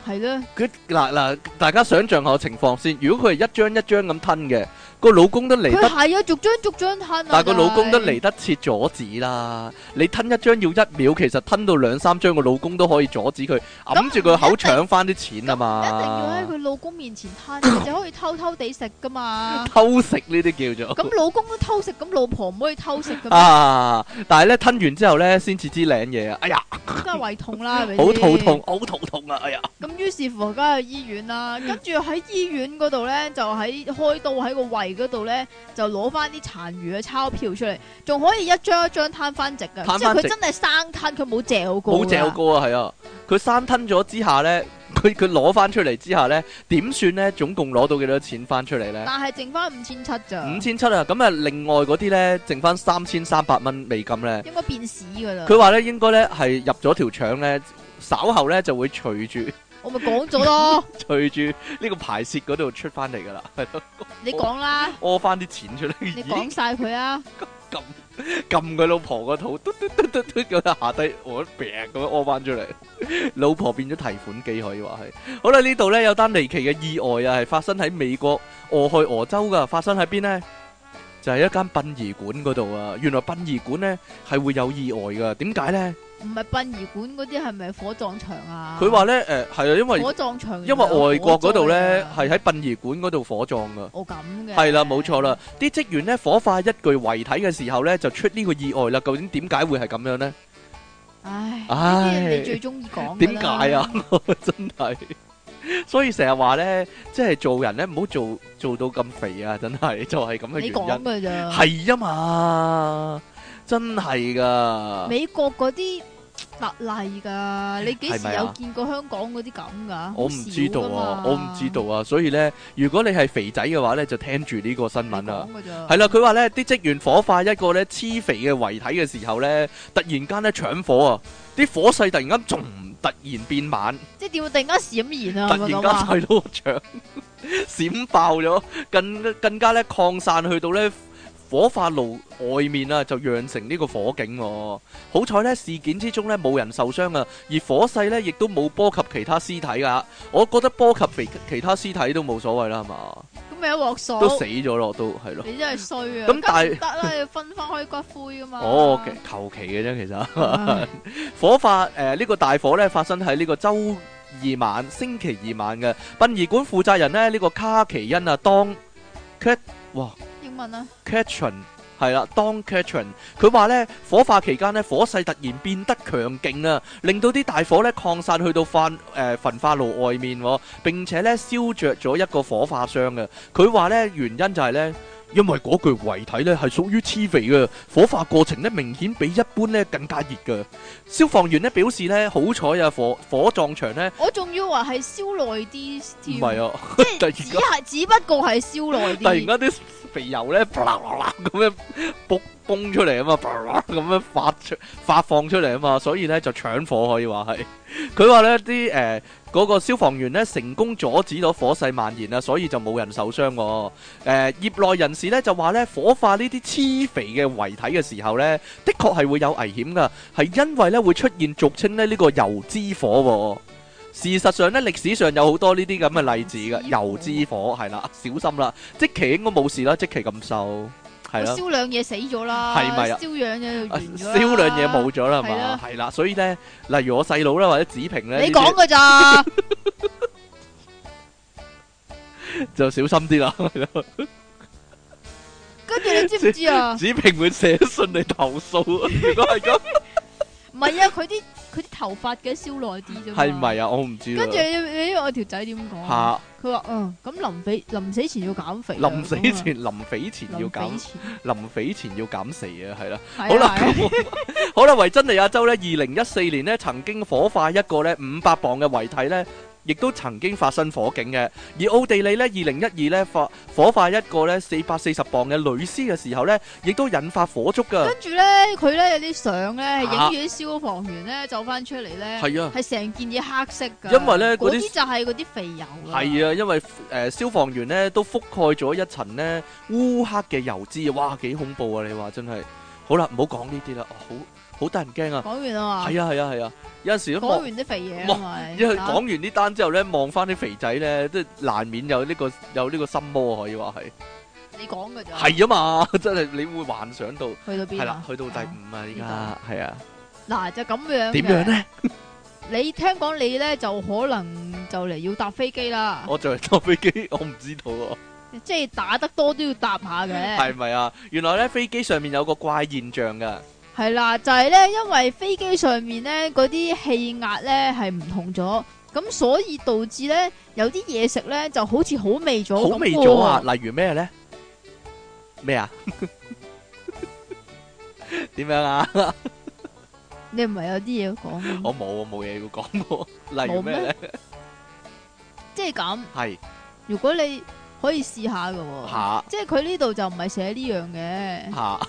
Speaker 2: 係咧，
Speaker 1: 佢嗱嗱，大家想象下個情況先。如果佢係一張一張咁吞嘅，個老公都嚟
Speaker 2: 佢
Speaker 1: 得，
Speaker 2: 係啊，逐張逐張吞啊。
Speaker 1: 但係個老公都
Speaker 2: 真係
Speaker 1: 嚟得切阻止啦。你吞一張要一秒，其實吞到兩三張，個老公都可以阻止佢，揞住佢口搶翻啲錢啊
Speaker 2: 一定要喺
Speaker 1: 嘛。
Speaker 2: 佢老公面前 吞，而且可以偷偷地食噶嘛。
Speaker 1: 偷食呢啲叫做
Speaker 2: 咁老公都偷食，咁老婆唔可以偷食噶嘛，
Speaker 1: 啊！但係咧吞完之後咧，先至知領嘢啊！哎呀，
Speaker 2: 梗係胃痛啦，係咪
Speaker 1: 好
Speaker 2: 先
Speaker 1: 肚痛，。好肚痛啊！哎呀，
Speaker 2: 咁於是乎，梗去醫院啦。跟住喺醫院嗰度咧，就喺開刀喺個胃嗰度咧，就攞翻啲殘餘嘅鈔票出嚟，仲可以一張一張攤翻直噶。
Speaker 1: 攤
Speaker 2: 即係
Speaker 1: 返直
Speaker 2: 佢真係生吞，佢冇嚼過。
Speaker 1: 冇嚼。過啊，係啊！佢生吞咗之下咧，佢佢攞翻出嚟之下咧，點算咧？總共攞到幾多錢翻出嚟咧？
Speaker 2: 但係剩翻五千七咋，
Speaker 1: 五千七啊，咁啊，另外嗰啲咧，剩翻三千三百蚊美金咧，
Speaker 2: 應該變屎噶啦。
Speaker 1: 佢話咧應該咧係入咗條腸咧，稍後咧就會隨住
Speaker 2: 我咪講咗咯，
Speaker 1: 隨住呢個排泄嗰度出翻嚟噶啦，係咯，
Speaker 2: 你講啦，
Speaker 1: 屙翻啲錢出嚟，
Speaker 2: 你
Speaker 1: 咦
Speaker 2: 講晒佢啊。
Speaker 1: 撳佢老婆個肚，嘟嘟嘟嘟嘟咁樣下低，我病咁樣屙翻出嚟， 老婆變咗提款機可以話係。好啦，呢度咧有單離奇嘅意外啊，係發生喺美國俄亥俄州噶，發生喺邊呢？就係、一間殯儀館嗰度啊。原來殯儀館呢係會有意外噶，點解呢？
Speaker 2: 唔係殯儀館嗰啲係咪火葬場啊？
Speaker 1: 佢話呢，誒係啊，因為
Speaker 2: 火葬場，
Speaker 1: 因為外國嗰度呢係
Speaker 2: 係
Speaker 1: 喺殯儀館嗰度火葬噶。
Speaker 2: 我咁嘅，
Speaker 1: 係啦，冇錯啦。。啲職員咧火化一具遺體嘅時候咧，就出呢個意外啦。究竟點解會係咁樣呢？
Speaker 2: 唉，呢啲
Speaker 1: 唉
Speaker 2: 人哋最中意講㗎
Speaker 1: 點
Speaker 2: 啦
Speaker 1: 解？啊？ 真係，所以成日話咧，即係做人咧，唔好做做到咁肥啊！真係就係咁嘅
Speaker 2: 你
Speaker 1: 原
Speaker 2: 講
Speaker 1: 因，
Speaker 2: 㗎咋？
Speaker 1: 係啊嘛，真係噶，
Speaker 2: 美國嗰啲特例噶，
Speaker 1: 嗯
Speaker 2: 你幾時有見過香港嗰啲咁噶？
Speaker 1: 啊我唔知道啊，我唔知道啊，所以咧，如果你係肥仔嘅話咧，就聽住呢個新聞啦。
Speaker 2: 你講㗎啊咋。
Speaker 1: 啊係啦，佢話咧啲職員火化一個咧黐肥嘅遺體嘅時候咧，突然間咧搶火啊！啲火勢突然間仲突然變猛，啊
Speaker 2: 即係點會突然間閃燃啊？
Speaker 1: 突然
Speaker 2: 係咪
Speaker 1: 間
Speaker 2: 咁啊？
Speaker 1: 細佬搶閃爆咗，更更加咧擴散去到咧火化爐外面啊，就釀成呢個火警、喎。好彩咧事件之中咧冇人受傷啊，而火勢咧亦都冇波及其他屍體噶。我覺得波及其其他屍體都冇所謂啦，係嘛？
Speaker 2: 咁咪一鑊數，
Speaker 1: 都死咗咯，都係咯。
Speaker 2: 你真係衰啊！
Speaker 1: 咁但係
Speaker 2: 梗唔得啦，要分翻開骨灰噶嘛。
Speaker 1: 哦，其求其嘅啫，其實。
Speaker 2: 唉
Speaker 1: 火化誒呢、個大火咧發生喺呢個週二晚、星期二晚嘅殯儀館負責人咧呢、呢個卡奇恩啊，當 Cat 哇
Speaker 2: 英文啊，
Speaker 1: Catron 係啦，當 Catron 佢話咧火化期間咧火勢突然變得強勁啊，令到啲大火咧擴散去到範誒、呃焚化爐外面、喎，並且咧燒着咗一個火化箱嘅。佢話咧原因就係咧。因為嗰具遺體咧係屬於黐肥嘅，火化過程咧明顯比一般咧更加熱嘅。消防員咧表示咧，好彩啊火火葬場咧
Speaker 2: 我仲以為係燒耐啲
Speaker 1: 唔
Speaker 2: 添，
Speaker 1: 係啊， 突
Speaker 2: 即
Speaker 1: 然
Speaker 2: 係
Speaker 1: 間
Speaker 2: 只係只不過係燒耐
Speaker 1: 突然
Speaker 2: 啲。
Speaker 1: 間啊啲肥油咧，啪啦啦啦咁樣卜崩出嚟啊嘛，啪啦啦咁樣發出發放出嚟啊嘛，所以咧就搶火可以話係。 佢話咧啲誒嗰個消防員咧成功阻止咗火勢蔓延啊，所以就冇人受傷喎。誒業內人士咧就話咧火化呢啲黐肥嘅遺體嘅時候咧，的確係會有危險噶，係因為咧會出現俗稱咧呢個油脂火喎。事實上咧，歷史上有好多呢啲咁嘅例子嘅油
Speaker 2: 油脂火
Speaker 1: 脂火係啦，小心啦！即期應該冇事啦，即期咁瘦
Speaker 2: 我
Speaker 1: 係啦，
Speaker 2: 燒兩嘢死咗啦，
Speaker 1: 係咪啊
Speaker 2: 燒兩嘢就
Speaker 1: 啊
Speaker 2: 完咗啦
Speaker 1: 燒兩嘢冇。咗啦，係
Speaker 2: 係
Speaker 1: 嘛
Speaker 2: 啦，
Speaker 1: 係啦，所以咧，例如我細佬啦或者子平咧，啊呢啲
Speaker 2: 你講㗎咋？
Speaker 1: 就小心啲啦。
Speaker 2: 哦跟住你知唔知啊？
Speaker 1: 子平會寫信嚟投訴 啊，如果係咁，
Speaker 2: 唔係啊，佢啲佢啲頭髮嘅燒耐啲啫嘛。
Speaker 1: 係咪啊？我唔知
Speaker 2: 跟住
Speaker 1: 啦。
Speaker 2: 你你知我條仔點講啊？
Speaker 1: 嚇！
Speaker 2: 佢話嗯，咁臨肥臨死前要減肥啊。
Speaker 1: 臨死
Speaker 2: 咁
Speaker 1: 前，臨肥前
Speaker 2: 啊，
Speaker 1: 要
Speaker 2: 臨
Speaker 1: 減，
Speaker 2: 死前
Speaker 1: 臨肥前要減肥啊，係啦。好
Speaker 2: 好
Speaker 1: 啦，咁 好啦，維珍尼亞州咧，二零一四年咧曾經火化一個咧五百磅嘅遺體咧，亦都曾經發生火警嘅。而奧地利咧，二零一二咧火火化一個咧四百四十磅嘅女屍嘅時候咧，亦都引發火燭噶。
Speaker 2: 跟住咧，佢咧有啲相咧，影
Speaker 1: 啊嚇
Speaker 2: 住啲消防員咧走翻出嚟咧，
Speaker 1: 係啊，
Speaker 2: 係成件嘢黑色噶。
Speaker 1: 因為咧嗰
Speaker 2: 嗰
Speaker 1: 啲
Speaker 2: 啲就係嗰啲肥油啦。
Speaker 1: 係啊，因為誒、呃消防員咧都覆蓋咗一層咧烏黑嘅油脂，哇，幾恐怖啊！你話真係。好啦，唔好講呢啲啦，哦好好得人驚啊。
Speaker 2: 講完啊嘛，
Speaker 1: 係啊，係啊，係啊，有陣時都
Speaker 2: 講
Speaker 1: 望
Speaker 2: 完啲肥嘢
Speaker 1: 哇
Speaker 2: 啊嘛，
Speaker 1: 因為講完呢單之後咧，望翻啲肥仔咧，都難免有呢、個有呢個心魔可以話係
Speaker 2: 你講㗎咋？
Speaker 1: 係啊嘛， 真係你會幻想到
Speaker 2: 去到邊
Speaker 1: 係
Speaker 2: 啊
Speaker 1: 啦，去到第五啊，依家
Speaker 2: 呢
Speaker 1: 係啊，
Speaker 2: 嗱就咁樣嘅。
Speaker 1: 點樣咧？
Speaker 2: 你聽講你咧就可能就嚟要搭飛機啦，
Speaker 1: 我就係坐飛機，我唔知道喎，
Speaker 2: 即係打得多都要搭下嘅。
Speaker 1: 係咪啊？原來咧飛機上面有個怪現象噶，
Speaker 2: 係啦，就係咧，因為飛機上面咧嗰啲氣壓咧係唔同咗，咁所以導致咧有啲嘢食咧就好似好味咗咁
Speaker 1: 好
Speaker 2: 喎
Speaker 1: 味咗啊！！ 例如咩咧？咩啊？點 樣啊？
Speaker 2: 你唔係有啲嘢講嘅咩，
Speaker 1: 我冇，我冇嘢要講喎。例如
Speaker 2: 冇
Speaker 1: 咩
Speaker 2: 咩
Speaker 1: 咧？
Speaker 2: 即係咁。
Speaker 1: 係
Speaker 2: 如果你可以試下嘅喎，
Speaker 1: 下
Speaker 2: 即係佢呢度就唔係寫呢樣
Speaker 1: 下
Speaker 2: 嘅。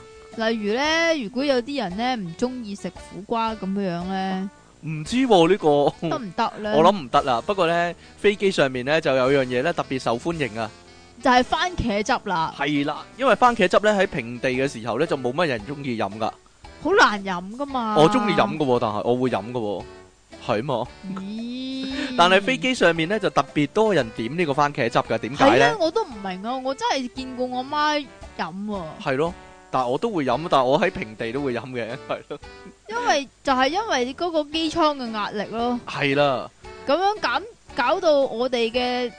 Speaker 2: 例如咧，如果有啲人咧唔中意食苦瓜咁樣樣咧，
Speaker 1: 唔知喎呢個。
Speaker 2: 得唔得咧？
Speaker 1: 嗯我諗唔得啦，不過呢，飛機上面呢就有樣嘢呢特別受歡迎啊，
Speaker 2: 就係番茄汁啦。
Speaker 1: 係啦，因為番茄汁呢喺平地嘅時候呢就冇乜人中意飲噶，
Speaker 2: 好難飲噶嘛。
Speaker 1: 我中意飲。噶，但係我會飲噶，係嘛？
Speaker 2: 咦？
Speaker 1: 但係飛機上面呢就特別多人點呢個番茄汁噶，點解
Speaker 2: 係啊
Speaker 1: 呢？，
Speaker 2: 我都唔明啊！我真係見過我媽飲喎，
Speaker 1: 係咯，但係我都會飲，但係我喺平地都會飲嘅，係咯，
Speaker 2: 因為 就係因為嗰個機艙嘅壓力咯，
Speaker 1: 係啦，
Speaker 2: 咁樣減搞到我哋嘅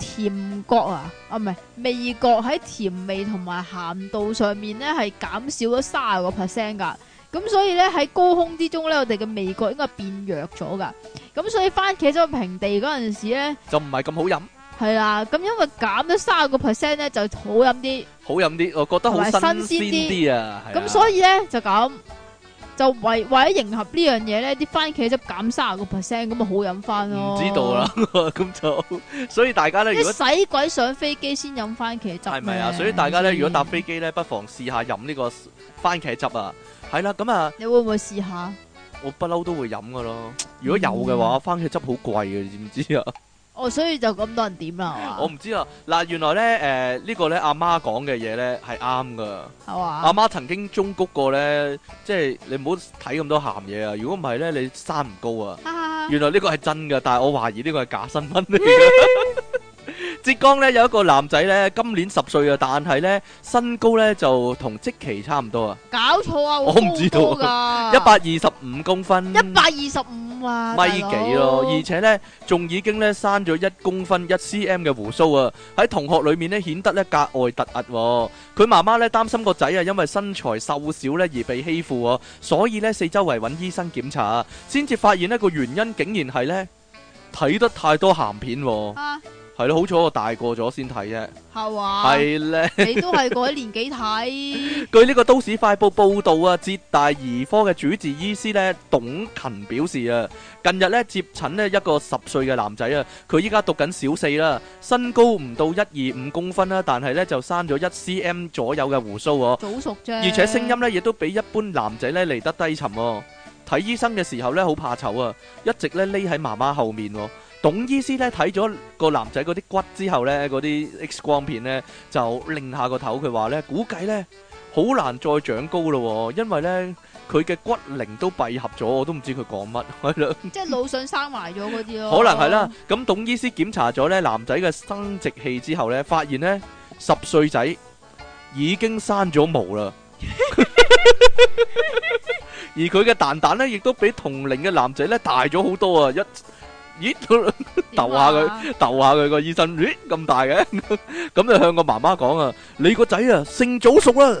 Speaker 2: 甜覺啊，啊唔係味覺喺甜味同埋鹹度上面咧係減少咗卅個 percent 㗎。咁所以咧喺高空之中咧，我哋嘅味覺應該變弱咗噶。咁所以番茄走去平地嗰陣時咧，
Speaker 1: 就唔係咁好飲，
Speaker 2: 係啦，咁因為減咗三十個 percent 咧，就好飲啲。
Speaker 1: 好飲啲，我覺得
Speaker 2: 同埋
Speaker 1: 好新
Speaker 2: 新鮮
Speaker 1: 鮮
Speaker 2: 啲
Speaker 1: 啲啊。
Speaker 2: 咁所
Speaker 1: 以
Speaker 2: 以咧就咁，就為為咗迎合呢樣嘢咧，啲番茄汁減三十個 percent，咁咪好飲翻
Speaker 1: 唔
Speaker 2: 咯。
Speaker 1: 知道 啦，， 咁就所以大家咧，如
Speaker 2: 即
Speaker 1: 果
Speaker 2: 使鬼上飛機先飲番茄汁
Speaker 1: 係
Speaker 2: 咩，
Speaker 1: 咪啊？所以大家咧，如果搭飛機咧，不妨試下飲呢個番茄汁啊。係啦，咁啊，
Speaker 2: 你會唔會試下？
Speaker 1: 我不嬲都會飲噶咯。如果有嘅話，番茄汁好貴嘅，你知唔知啊？
Speaker 2: 哦，所以就咁多人點啦，
Speaker 1: 我
Speaker 2: 係嘛？
Speaker 1: 唔知啊。嗱，原來咧，誒呢個咧，阿媽講嘅嘢咧係啱噶。
Speaker 2: 係嘛
Speaker 1: 阿？媽曾經忠告過咧，即係你唔好睇咁多鹹嘢啊。如果唔係咧，你生唔高啊。
Speaker 2: 哈哈哈
Speaker 1: 原來呢個係真嘅，但係我懷疑呢個係假新聞嚟嘅。 浙江咧有一個男仔咧，今年十歲啊，但係咧身高咧就同積淇差唔多啊，
Speaker 2: 搞錯啊！
Speaker 1: 我唔知道
Speaker 2: 道
Speaker 1: 一百二十五公分，
Speaker 2: 一百二十五啊，
Speaker 1: 米
Speaker 2: 大佬
Speaker 1: 幾咯，而且咧仲已經咧生咗一公分一 cm 嘅胡鬚啊，喺同學裏面咧顯得咧格外突兀、喎。佢媽媽咧擔心個仔啊，因為身材瘦小咧而被欺負、喎，所以咧四周圍揾醫生檢查，先至發現呢個原因竟然係咧睇得太多鹹片、喎。
Speaker 2: 啊，
Speaker 1: 係咯，好彩我大個咗先睇啫，
Speaker 2: 係話
Speaker 1: 係咧。
Speaker 2: 你都係嗰年紀睇，
Speaker 1: 據呢個都市快報報導啊，浙大兒科嘅主治醫師咧董勤表示啊，近日咧接診咧一個十歲嘅男仔啊，佢依家讀緊小四啦，身高唔到一二五公分啦，但係咧就生咗一 cm 左右嘅胡鬚喎。
Speaker 2: 早熟啫，
Speaker 1: 而且聲音咧亦都比一般男仔咧嚟得低沉喎、睇醫生嘅時候咧好怕醜啊，一直咧匿喺媽媽後面喎、董醫師咧睇咗個男仔嗰啲骨之後咧，嗰啲 X 光片咧就擰下個頭，佢話咧估計咧好難再長高咯、喎，因為咧佢嘅骨齡都閉合咗，我都唔知佢講乜係咯。
Speaker 2: 即係腦想生埋咗嗰啲咯，
Speaker 1: 可能係啦。咁董醫師檢查咗咧男仔嘅生殖器之後咧，發現咧十歲仔已經生咗毛啦。 而佢嘅蛋蛋咧，亦都比同齡嘅男仔咧大咗好多啊！一咦，
Speaker 2: 點啊
Speaker 1: 鬥下佢 逗下佢個醫生，咦咁大嘅，咁就向個媽媽講啊，你個仔啊性早熟啦，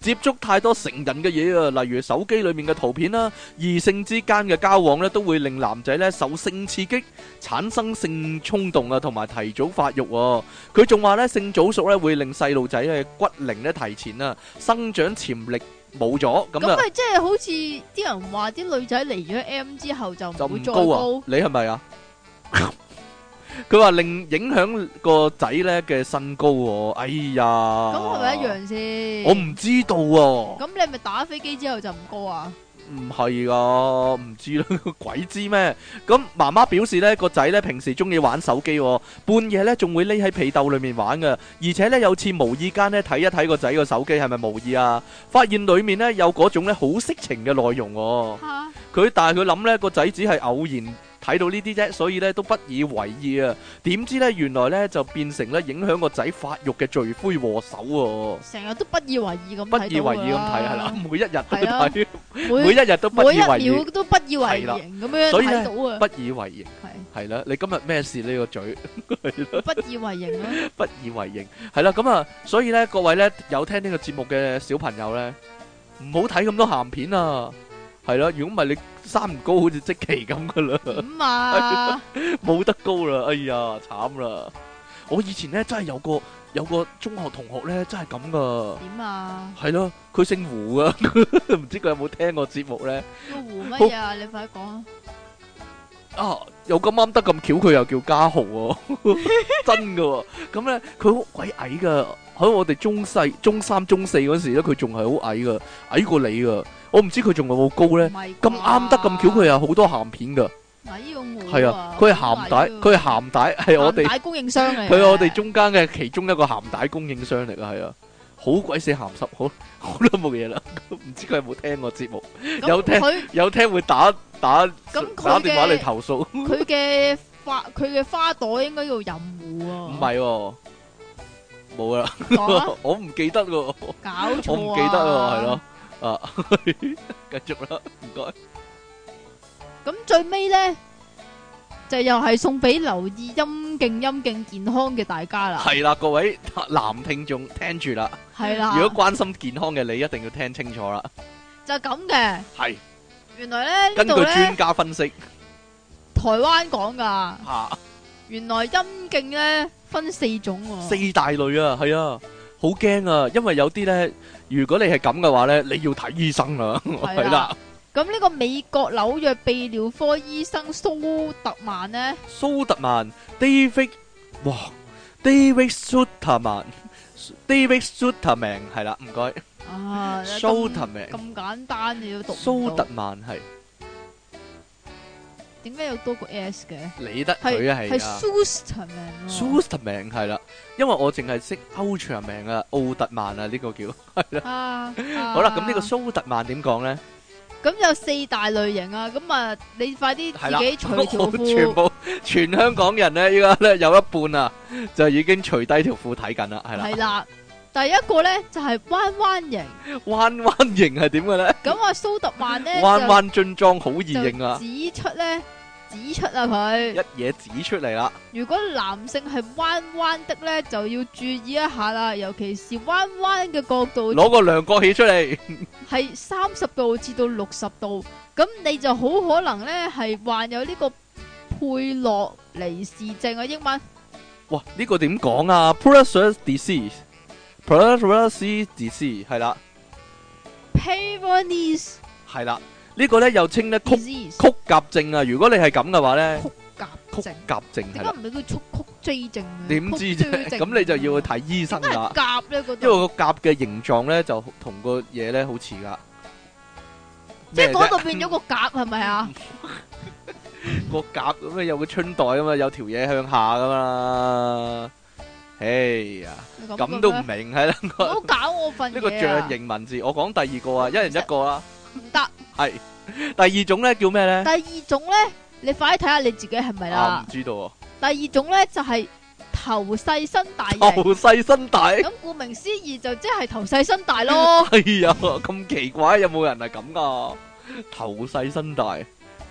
Speaker 1: 接觸太多成人嘅嘢啊，例如手機裡面嘅圖片啦，異性之間嘅交往咧，都會令男仔咧受性刺激，產生性衝動啊，同埋提早發育喎。佢仲話咧，性早熟咧會令細路仔咧骨齡咧提前啊，生長潛力冇咗，咁
Speaker 2: 咁
Speaker 1: 啊
Speaker 2: 咪即係好似啲人話啲女仔嚟咗 M 之後就
Speaker 1: 就
Speaker 2: 唔會
Speaker 1: 唔
Speaker 2: 再
Speaker 1: 高啊
Speaker 2: 高，，
Speaker 1: 你係咪 啊？佢話令影響個仔咧嘅身高喎，哎呀，
Speaker 2: 咁
Speaker 1: 咁
Speaker 2: 係咪一？樣先？
Speaker 1: 我唔知道喎、
Speaker 2: 咁你咪打飛機之後就唔高啊？
Speaker 1: 唔係噶， 唔知啦，鬼知咩？咁媽媽表示呢個仔呢平時中意玩手機、喎，半夜呢仲會匿喺被竇裏面玩噶，而且呢，有次無意間呢睇一睇個仔個手機係咪無意啊，發現裡面呢有嗰種呢好色情嘅內容、喎。
Speaker 2: 吓，
Speaker 1: 佢但係佢諗呢個仔只係偶然睇到呢啲啫，所以呢都不以為意啊。點知呢，原來呢就變成呢影響個仔發育嘅罪魁禍首喎、
Speaker 2: 成日都不以為意咁睇
Speaker 1: 不
Speaker 2: 到
Speaker 1: 以為意咁睇係啦
Speaker 2: 㗎啦，，
Speaker 1: 每一日都
Speaker 2: 係啊
Speaker 1: 睇，每
Speaker 2: 每
Speaker 1: 一日都不
Speaker 2: 每
Speaker 1: 以為
Speaker 2: 一秒
Speaker 1: 意，
Speaker 2: 都不以為
Speaker 1: 係啦
Speaker 2: 然咁樣
Speaker 1: 所以呢
Speaker 2: 睇到啊，
Speaker 1: 不以為意
Speaker 2: 係
Speaker 1: 係啦。你今日咩事呢個嘴？
Speaker 2: 不以為然咯。
Speaker 1: 不以為認係啦。咁啊，所以呢，各位呢，有聽呢個節目嘅小朋友呢，唔好睇咁多鹹片啊。係啦，如果唔係你生唔高，好似積淇咁噶啦。
Speaker 2: 點啊？
Speaker 1: 冇得高啦，哎呀，慘啦！我以前咧真係有個有個中學同學咧真係咁噶，
Speaker 2: 點啊？
Speaker 1: 係咯，佢姓胡噶，唔知佢有冇聽過節目咧？
Speaker 2: 個湖乜嘢啊？你快講啊！
Speaker 1: 啊，又咁啱得咁巧，佢又叫家豪喎，真噶喎！咁咧佢好鬼矮噶，喺我哋中四、中三、中四嗰時咧，佢仲係好矮噶，矮過你噶。我唔知佢仲有冇高咧。
Speaker 2: 唔係啩
Speaker 1: 咁啱得咁巧，佢有好多鹹片噶，
Speaker 2: 唔係呢個我
Speaker 1: 係啊，佢係鹹帶，佢係鹹帶，係我哋
Speaker 2: 大供應商嚟嘅。
Speaker 1: 佢係我哋中間嘅其中一個鹹帶供應商嚟噶，係啊，好鬼死鹹濕，好 好啦冇嘢啦， 唔知佢有冇聽過節目？
Speaker 2: 咁
Speaker 1: 有聽
Speaker 2: 佢
Speaker 1: 有聽會打打
Speaker 2: 咁佢
Speaker 1: 打電話嚟
Speaker 2: 嘅
Speaker 1: 投訴，
Speaker 2: 佢嘅花佢嘅花朵應該要任湖啊！
Speaker 1: 唔 係喎，冇啦，
Speaker 2: 講啊
Speaker 1: 我唔記得喎，
Speaker 2: 搞錯啊！
Speaker 1: 我唔記得喎，係。咯，啊， 繼續啦，唔該，
Speaker 2: 咁最尾咧，就又係送俾留意陰莖陰莖健康嘅大家啦。
Speaker 1: 係啦，各位男聽眾聽住啦，
Speaker 2: 係啦。
Speaker 1: 如果關心健康嘅你一定要聽清楚啦，
Speaker 2: 就就係咁嘅。
Speaker 1: 係
Speaker 2: 原來咧呢
Speaker 1: 根據
Speaker 2: 度
Speaker 1: 專
Speaker 2: 咧
Speaker 1: 家分析
Speaker 2: 台灣講㗎，
Speaker 1: 吓。
Speaker 2: 原來陰莖咧分四種喎。
Speaker 1: 四大類啊，係啊，好驚啊，因為有啲咧，如果你係咁嘅話咧，你要睇醫生啦， 係啦
Speaker 2: 啦，咁呢個美國紐約泌尿科醫生蘇特曼呢，
Speaker 1: 蘇特曼 David，哇，David Suterman，David Suterman 係啦，唔該，
Speaker 2: 啊，咁
Speaker 1: 蘇特曼，
Speaker 2: 咁簡單你都讀唔
Speaker 1: 蘇
Speaker 2: 到
Speaker 1: 特，曼係
Speaker 2: 點解有多個 S 嘅？
Speaker 1: 理得
Speaker 2: 係
Speaker 1: 佢啊，係啊
Speaker 2: s u s t e r m a n
Speaker 1: ，Suterman 係啦，因為我淨係識 Ultraman 啊，奧特曼啊，呢個叫，
Speaker 2: 啊，
Speaker 1: 好
Speaker 2: 好
Speaker 1: 啦，咁呢個蘇特曼點講咧？
Speaker 2: 咁有四大類型啊，咁啊，你快啲
Speaker 1: 係啦
Speaker 2: 自 己除條
Speaker 1: 全
Speaker 2: 褲，
Speaker 1: 部全香港人咧，依家咧有一半啊，就已經除低條褲睇緊啦，係啦。
Speaker 2: 係啦。第一個咧就係彎彎型，
Speaker 1: 彎彎型係點嘅咧？
Speaker 2: 咁啊蘇特曼咧
Speaker 1: 彎彎樽裝好易
Speaker 2: 就
Speaker 1: 認啊！
Speaker 2: 指出咧指出啊佢
Speaker 1: 一。嘢指出嚟啦，
Speaker 2: 如果男性係彎彎的咧，就要注意一下啦，尤其是彎彎嘅角度
Speaker 1: 攞個量角器出嚟，
Speaker 2: 係三十度至到六十度，咁你就好可能咧係患有呢個佩洛尼氏症啊，英文
Speaker 1: 哇！呢個點講啊 p r e s s u r disease，p r e s s u r disease 係啦，
Speaker 2: p a v o n e s
Speaker 1: 係啦，呢個咧又稱咧曲
Speaker 2: disease
Speaker 1: 曲夾症啊！如果你係咁嘅話咧，曲
Speaker 2: 夾症，
Speaker 1: 夾症係
Speaker 2: 點解
Speaker 1: 啦，
Speaker 2: 唔叫曲曲 J 症嘅？
Speaker 1: 點知
Speaker 2: 曲 J
Speaker 1: 啫？
Speaker 2: 症
Speaker 1: 咁你就要去睇醫生
Speaker 2: 點解係
Speaker 1: 啦，
Speaker 2: 夾咧嗰
Speaker 1: 因為
Speaker 2: 度，
Speaker 1: 個夾嘅形狀咧就同個嘢咧好似噶，
Speaker 2: 即係
Speaker 1: 咩
Speaker 2: 嗰
Speaker 1: 啫
Speaker 2: 度變咗個夾係咪啊？
Speaker 1: 個夾咁啊，有個春袋咁啊，有條嘢向下噶嘛。哎呀，
Speaker 2: 你
Speaker 1: 咁
Speaker 2: 嘅
Speaker 1: 都唔
Speaker 2: 咩
Speaker 1: 明係啦，呢
Speaker 2: 唔
Speaker 1: 個
Speaker 2: 好搞我份
Speaker 1: 呢個
Speaker 2: 嘢啊
Speaker 1: 象形文字。我講第二個啊，一人一個啦。
Speaker 2: 唔得。
Speaker 1: 係第二種咧叫咩咧？
Speaker 2: 第二種咧，你快啲睇下你自己係咪
Speaker 1: 啊，
Speaker 2: 啦
Speaker 1: 唔。知道啊。
Speaker 2: 第二種咧就係、頭細身大型，咁
Speaker 1: 頭細身大，
Speaker 2: 顧名思義就即係頭細身大咯。
Speaker 1: 哎呀，咁奇怪，有冇人係咁噶？頭細身大，